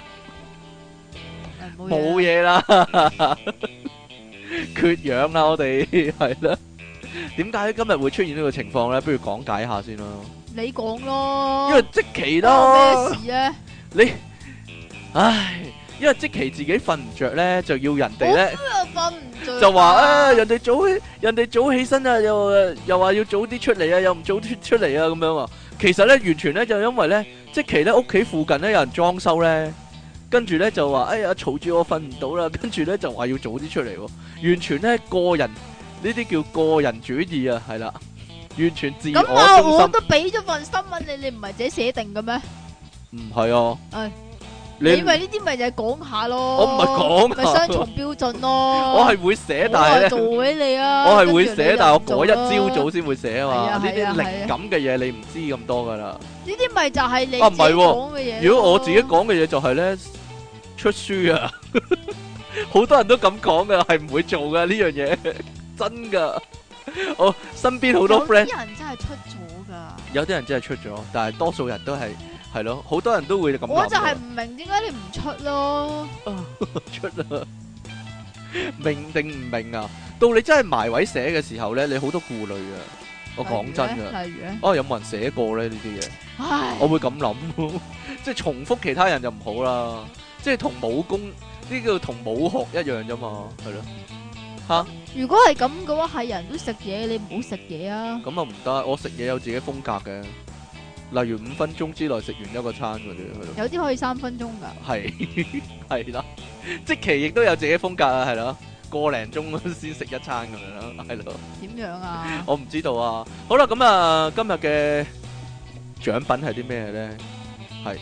Speaker 1: 點樣啊？冇
Speaker 2: 誒冇嘢
Speaker 1: 嘢啦， 缺氧啦，我哋 係啦。點解今日會出現呢個情況咧？不如講解下先啦，
Speaker 2: 啊，你講咯，
Speaker 1: 因為即期
Speaker 2: 關我
Speaker 1: 啦
Speaker 2: 咩，事啊？
Speaker 1: 唉，因為即期自己瞓唔着咧，就要人哋咧。
Speaker 2: 瞓唔着，
Speaker 1: 就話啊，人哋早起，人哋早起身啊，又呃又話要早啲出嚟啊，又唔早啲出嚟啊，咁樣啊。其實咧，完全咧就因為咧，即期咧屋企附近咧有人裝修咧，跟住咧就話哎呀嘈住我瞓唔到啦， 跟住咧就話要早啲出嚟喎，完全咧個人呢啲叫個人主義啊，係啦，完全自
Speaker 2: 咁啊，
Speaker 1: 我
Speaker 2: 我
Speaker 1: 中
Speaker 2: 都俾咗份新聞你，你唔係自己寫定嘅咩？
Speaker 1: 心，唔係啊
Speaker 2: 唉，
Speaker 1: 你
Speaker 2: 你咪呢啲咪就係講下咯，
Speaker 1: 我唔係講
Speaker 2: 咪
Speaker 1: 下
Speaker 2: 雙重標準 咯。
Speaker 1: 我係會寫，但係
Speaker 2: 我
Speaker 1: 咧
Speaker 2: 係。做俾你啊，
Speaker 1: 我係
Speaker 2: 跟
Speaker 1: 會
Speaker 2: 住你
Speaker 1: 寫，
Speaker 2: 就
Speaker 1: 但係
Speaker 2: 唔
Speaker 1: 我嗰
Speaker 2: 做啦
Speaker 1: 一朝早先會寫啊
Speaker 2: 係
Speaker 1: 嘛，
Speaker 2: 啊
Speaker 1: 呢
Speaker 2: 係
Speaker 1: 啲
Speaker 2: 啊係
Speaker 1: 靈
Speaker 2: 啊
Speaker 1: 感嘅嘢你唔知咁多噶啦。
Speaker 2: 呢啲咪就係你
Speaker 1: 啊唔係喎
Speaker 2: 自己講嘅嘢咯。
Speaker 1: 如果我自己講嘅嘢就係咧出書啊， 好多人都咁講噶，係唔會做噶呢樣嘢， 真噶。我身邊好多 friend，
Speaker 2: 有啲人真係出咗㗎。
Speaker 1: 有啲人真係出咗，但係多數人都係係咯，好多人都會咁諗㗎。
Speaker 2: 我就係唔明點解你唔出咯，
Speaker 1: 出啦，明定唔明啊？到你真係埋位寫嘅時候咧，你好多顧慮啊！我講真
Speaker 2: 例如
Speaker 1: 噶，
Speaker 2: 呢，例如咧，
Speaker 1: 哦有冇人寫過咧呢啲嘢？
Speaker 2: 唉，
Speaker 1: 我會咁諗 咯，即係重複其他人就唔好啦，即係同武功呢叫同武學一樣啫嘛，係咯，
Speaker 2: 如果係咁嘅話，係人都食嘢，你唔好食嘢啊！
Speaker 1: 咁啊唔得，我食嘢有自己風格嘅，例如五分鐘之內食完一個餐嗰啲，係咯，
Speaker 2: 有啲可以三分鐘㗎，
Speaker 1: 係係啦，即期亦都有自己風格啊，係咯，個零鐘先食一餐咁樣啦，係咯，
Speaker 2: 點樣啊？
Speaker 1: 我唔知道啊，好啦，咁啊今日嘅獎品係啲咩咧？係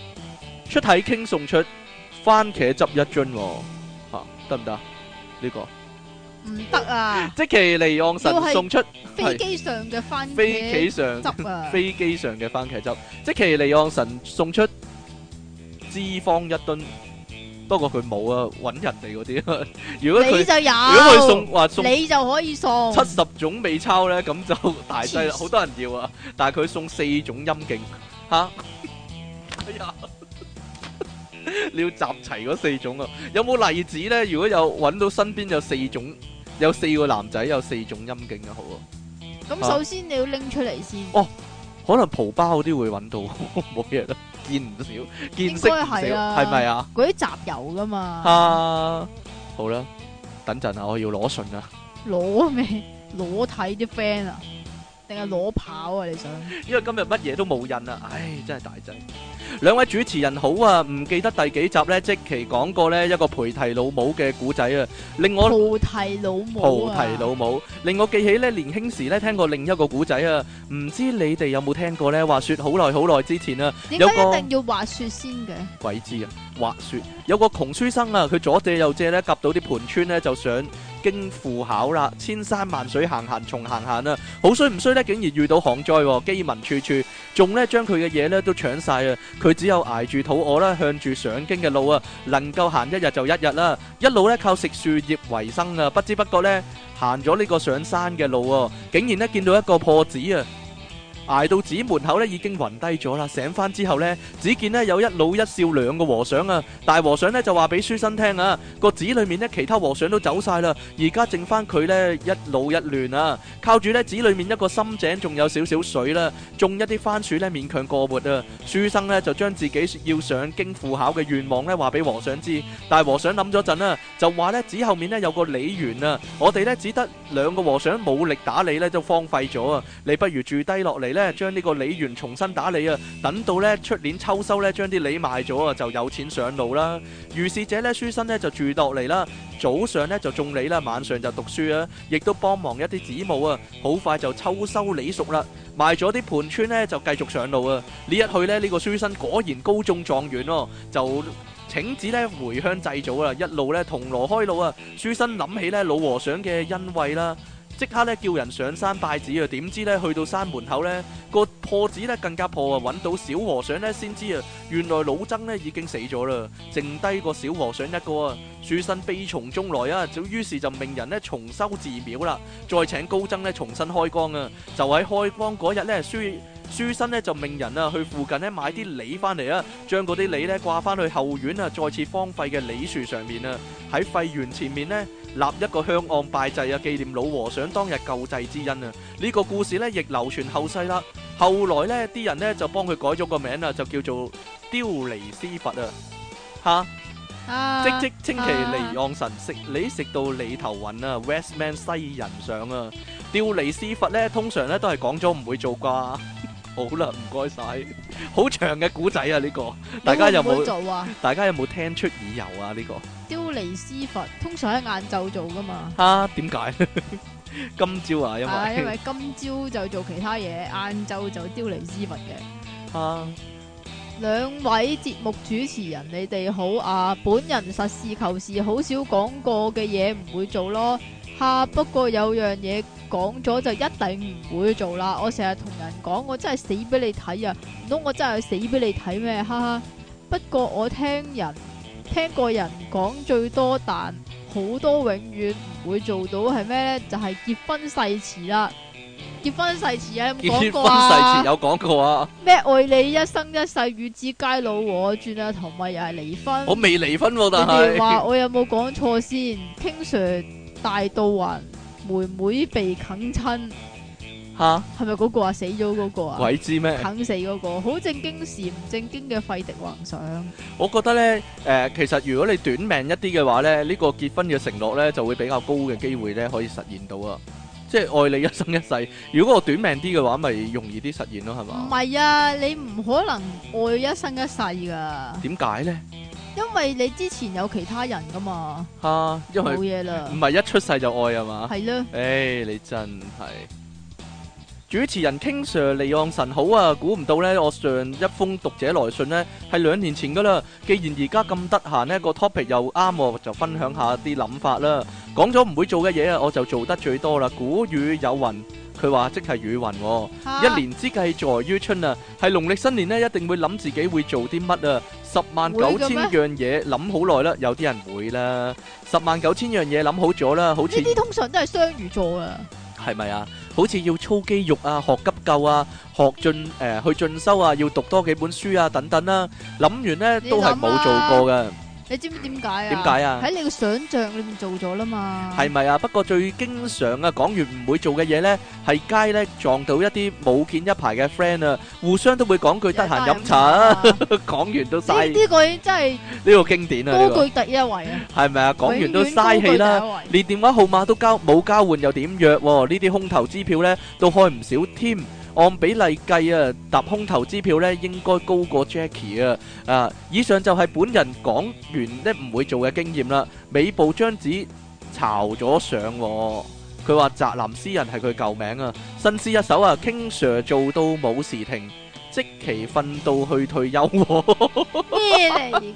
Speaker 1: 出體傾送出番茄汁一樽喎、嚇得唔得啊？呢、個。
Speaker 2: 唔得啊！
Speaker 1: 即其尼昂神
Speaker 2: 要係
Speaker 1: 送出
Speaker 2: 飛機上嘅番茄
Speaker 1: 飛機上
Speaker 2: 汁啊！
Speaker 1: 飛機上嘅番茄汁，即其尼昂神送出脂肪一噸，不過佢冇啊，揾人哋嗰啲。啊如果佢
Speaker 2: 你就有，
Speaker 1: 如果佢送話送
Speaker 2: 你就可以送
Speaker 1: 七十種美鈔咧，咁 就大劑
Speaker 2: 黐
Speaker 1: 啦，
Speaker 2: 線
Speaker 1: 好多人要啊。但係佢送四種陰莖吓，哎呀， 你要集齊嗰四種啊！有冇例子咧？如果有揾到身邊有四種，有四個男仔有四種陰莖嘅好啊！
Speaker 2: 咁首先你要拎出嚟先，
Speaker 1: 可能蒲包嗰啲會揾到， 冇嘢啦，見唔少，見識唔
Speaker 2: 應該係
Speaker 1: 少，
Speaker 2: 啊
Speaker 1: 係咪啊？
Speaker 2: 嗰啲集郵噶嘛，
Speaker 1: 啊，好啦，等陣啊，我要攞信啊，
Speaker 2: 攞咩？攞睇啲 friend 啊，定係攞跑啊？你想？
Speaker 1: 因為今日乜嘢都冇印啊，唉，真係大劑。兩位主持人好啊，唔記得第幾集呢？即期講過呢一個陪提老母嘅古仔啊，令我。
Speaker 2: 菩提老母
Speaker 1: 菩
Speaker 2: 啊！
Speaker 1: 提老母，令我記起咧年輕時咧聽過另一個古仔啊，唔知你哋有冇聽過呢？話說好耐好耐之前啊，
Speaker 2: 點
Speaker 1: 有
Speaker 2: 解
Speaker 1: 個
Speaker 2: 一定要滑雪先嘅？
Speaker 1: 鬼知啊！滑雪有個窮書生啊，佢左借右借咧，夾到啲盤川咧，就上京赴考啦，千山萬水行行重行行啊！好衰唔衰咧，竟然遇到旱災喎，饑民處處，仲咧將佢嘅嘢咧都搶晒啊！佢只有捱住肚餓啦，向住上京嘅路啊，能夠行一日就一日啦，一路咧靠食樹葉為生啊！不知不覺咧行咗呢個上山嘅路喎，竟然咧見到一個破紙啊！捱到紙門口咧已經暈低咗啦，醒翻之後咧，只見咧有一老一少兩個和尚啊，大和尚咧就話俾書生聽啊，個紙裏面咧其他和尚都走晒啦，而家剩翻佢咧一老一亂啊，靠住咧紙裏面一個深井仲有少少水啦，種一啲番薯咧勉強過活啊，書生咧就將自己要上京赴考嘅願望咧話俾和尚知，但係和尚諗咗陣啦，就話咧紙後面咧有個李園啊，我哋咧只得兩個和尚冇力打理咧就荒廢咗啊。你不如住低落嚟呢，將呢個李園重新打理啊！等到呢出年秋收呢，將啲李賣咗啊，就有錢上路啦。如是者呢，書生呢就住落嚟啦，早上呢就種李啦，晚上就讀書啊，亦都幫忙一啲子務啊。好快就秋收李熟啦，賣咗啲盤川呢，就繼續上路啊。呢一去呢，呢、個書生果然高中狀元咯，就。請子呢回鄉祭祖啊啦，一路呢銅鑼開路啊！書生諗起呢老和尚嘅恩惠啦，即刻咧叫人上山拜寺啊！點知咧去到山門口咧個破紙咧更加破啊！揾到小和尚咧先知啊，原來老僧咧已經死咗啦，剩低個小和尚一個啊！書生悲從中來啊，就於是就命人咧重修寺廟啦，再請高僧咧重新開光啊！就喺開光嗰日咧，書書生咧就命人啊去附近咧買啲梨翻嚟啊，將嗰啲梨咧掛翻去後院啊，再次荒廢嘅梨樹上面啊，喺廢園前面咧。立一個香案拜祭啊，紀念老和尚當日救濟之恩啊！呢個故事呢，亦流傳後世啦。後來呢啲啊人呢，就幫佢改咗個名啦，就叫做雕尼施佛啊。吓，
Speaker 2: 啊，
Speaker 1: 即即清奇離岸神食你食到你頭暈啊！Westman 西人上啊，吊尼斯佛咧通常咧都係講咗唔會做啩。 好啦，唔該晒，好長嘅古仔啊！呢個
Speaker 2: 你
Speaker 1: 大家有
Speaker 2: 會唔
Speaker 1: 冇
Speaker 2: 會做啊？
Speaker 1: 大家有冇聽出耳油啊？呢個
Speaker 2: 丟尼斯佛通常喺晏晝做噶嘛，
Speaker 1: 啊點解 呢今朝啊，因
Speaker 2: 啊，因
Speaker 1: 為
Speaker 2: 為今朝就做其他嘢，晏晝就丟尼斯佛嘅。
Speaker 1: 啊
Speaker 2: 兩位節目主持人，你哋好啊！本人實事求是，好少講過嘅嘢唔會做咯。哈、不過有樣嘢講咗就一定唔會做啦。我成日同人講，我真係死俾你睇啊！唔通我真係死俾你睇咩？哈哈！不過我聽人聽過人講最多，但好多永遠唔會做到係咩呢？就係、結婚誓詞啦！結婚誓詞啊，有
Speaker 1: 結
Speaker 2: 冇講
Speaker 1: 婚誓
Speaker 2: 過啊
Speaker 1: 詞？有講過啊，
Speaker 2: 咩愛你一生一世與之偕老喎，轉啊頭咪又係離婚。
Speaker 1: 我未離婚喎，
Speaker 2: 你
Speaker 1: 但
Speaker 2: 哋話
Speaker 1: 係
Speaker 2: 我有冇講錯先？King Sir 大到暈，妹妹被啃親，
Speaker 1: 嚇
Speaker 2: 係咪嗰個啊？死咗嗰個啊？
Speaker 1: 鬼知咩？
Speaker 2: 啃死嗰、個，好正經時唔正經嘅費迪幻想。
Speaker 1: 我覺得咧，誒、其實如果你短命一啲嘅話咧，呢、個結婚嘅承諾咧就會比較高嘅機會咧可以實現到啊！即係愛你一生一世。如果我短命啲嘅話，咪容易啲實現咯，係
Speaker 2: 唔
Speaker 1: 嘛？
Speaker 2: 係啊，你唔可能愛一生一世噶，
Speaker 1: 點解咧？
Speaker 2: 因為你之前有其他人噶嘛，
Speaker 1: 嚇、因嗯
Speaker 2: 冇啊
Speaker 1: 為
Speaker 2: 嘢啦
Speaker 1: 唔，係一出世就愛係嘛？
Speaker 2: 係咯，
Speaker 1: 誒、你真係主持人 King Sir 離岸神好啊！估唔到呢，我上一封讀者來信呢係兩年前噶啦。既然而家咁得閒呢個 topic 又啱喎，就分享下啲諗法啦。講咗唔會做嘅嘢啊，我就做得最多啦。古語有雲，佢話即係雨雲喎、一年之計在於春啊，係農曆新年呢，一定會諗自己會做啲乜啊，十萬九千樣嘢諗好耐啦，有啲人會啦，十萬九千樣嘢諗好咗啦，好
Speaker 2: 呢
Speaker 1: 似
Speaker 2: 啲通常都係雙魚座啊。
Speaker 1: 係咪啊？好似要操肌肉啊、學急救啊、學進誒、呃去進修啊，要讀多幾本書啊等等啦、諗完呢
Speaker 2: 你
Speaker 1: 都係冇做過嘅，
Speaker 2: 你知唔知點解啊？
Speaker 1: 點解啊
Speaker 2: 喺你個想像裏面做咗啦嘛。
Speaker 1: 係咪啊？不過最經常啊講完唔會做嘅嘢呢，係街呢撞到一啲冇見一排嘅 friend 啊，互相都會講句得閒飲茶啊，
Speaker 2: 呢
Speaker 1: 講完都嘥呢
Speaker 2: 呢個已經真係
Speaker 1: 個經典啊，呢
Speaker 2: 高
Speaker 1: 個
Speaker 2: 居第一位啊！
Speaker 1: 係咪啊？講完都
Speaker 2: 永遠高
Speaker 1: 嘥
Speaker 2: 居
Speaker 1: 氣啦。
Speaker 2: 第一位。
Speaker 1: 連電話號碼都交冇交換又點約喎？呢啲空頭支票呢都開唔少添。按比例計啊，搭空頭支票呢應該高過 Jackie 啊！啊，以上就係本人講完呢唔會做嘅經驗啦。尾部張紙巢咗上、喎，佢話宅男詩人係佢舊名啊。新詩一首啊，King Sir 做到冇時停，即期瞓到去退休、喎。
Speaker 2: 咩嚟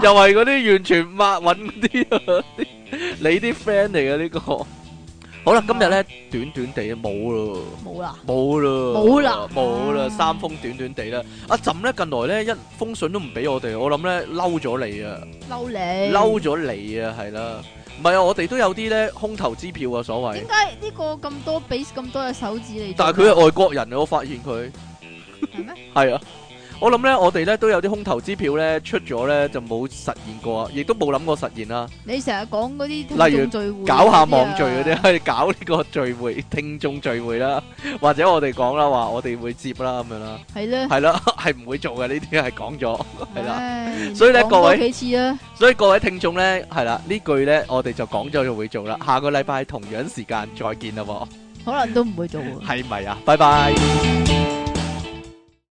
Speaker 1: 又係嗰啲完全抹揾嗰啲啊，啲你啲 friend 嚟嘅呢個。好啦，今日咧短短地冇咯，
Speaker 2: 冇啦，
Speaker 1: 冇咯，
Speaker 2: 冇啦
Speaker 1: 冇啦，
Speaker 2: 啊
Speaker 1: 三封短短地啦。阿朕咧近來咧一封信都唔俾我哋，我諗咧嬲咗你啊，
Speaker 2: 嬲你。
Speaker 1: 嬲。咗你啊，係啦。唔係啊，我哋都有啲咧空頭支票啊，所謂
Speaker 2: 點。解呢個咁多 base 咁多嘅手指你做？
Speaker 1: 但係佢係外國人啊，我發現佢
Speaker 2: 係咩？
Speaker 1: 係啊。我諗咧，我哋咧都有啲空頭支票咧出咗咧就冇實現過啊，亦都冇諗過實現啦。
Speaker 2: 你成日講嗰啲
Speaker 1: 例如
Speaker 2: 聽眾聚會，啊
Speaker 1: 搞下網聚嗰啲，。去搞呢個聚會、聽眾聚會啦，或者我哋講啦，話我哋會接啦咁樣啦，
Speaker 2: 係咧，
Speaker 1: 係啦，係唔會做嘅呢啲係講咗，係啦。
Speaker 2: 啦
Speaker 1: 所以呢各位
Speaker 2: 幾次啊？
Speaker 1: 所以各位聽眾呢，係啦，呢句呢，我哋就講咗就會做啦，下個禮拜同樣時間再見啦喎，
Speaker 2: 可能都唔會做喎。
Speaker 1: 係咪啊？拜拜。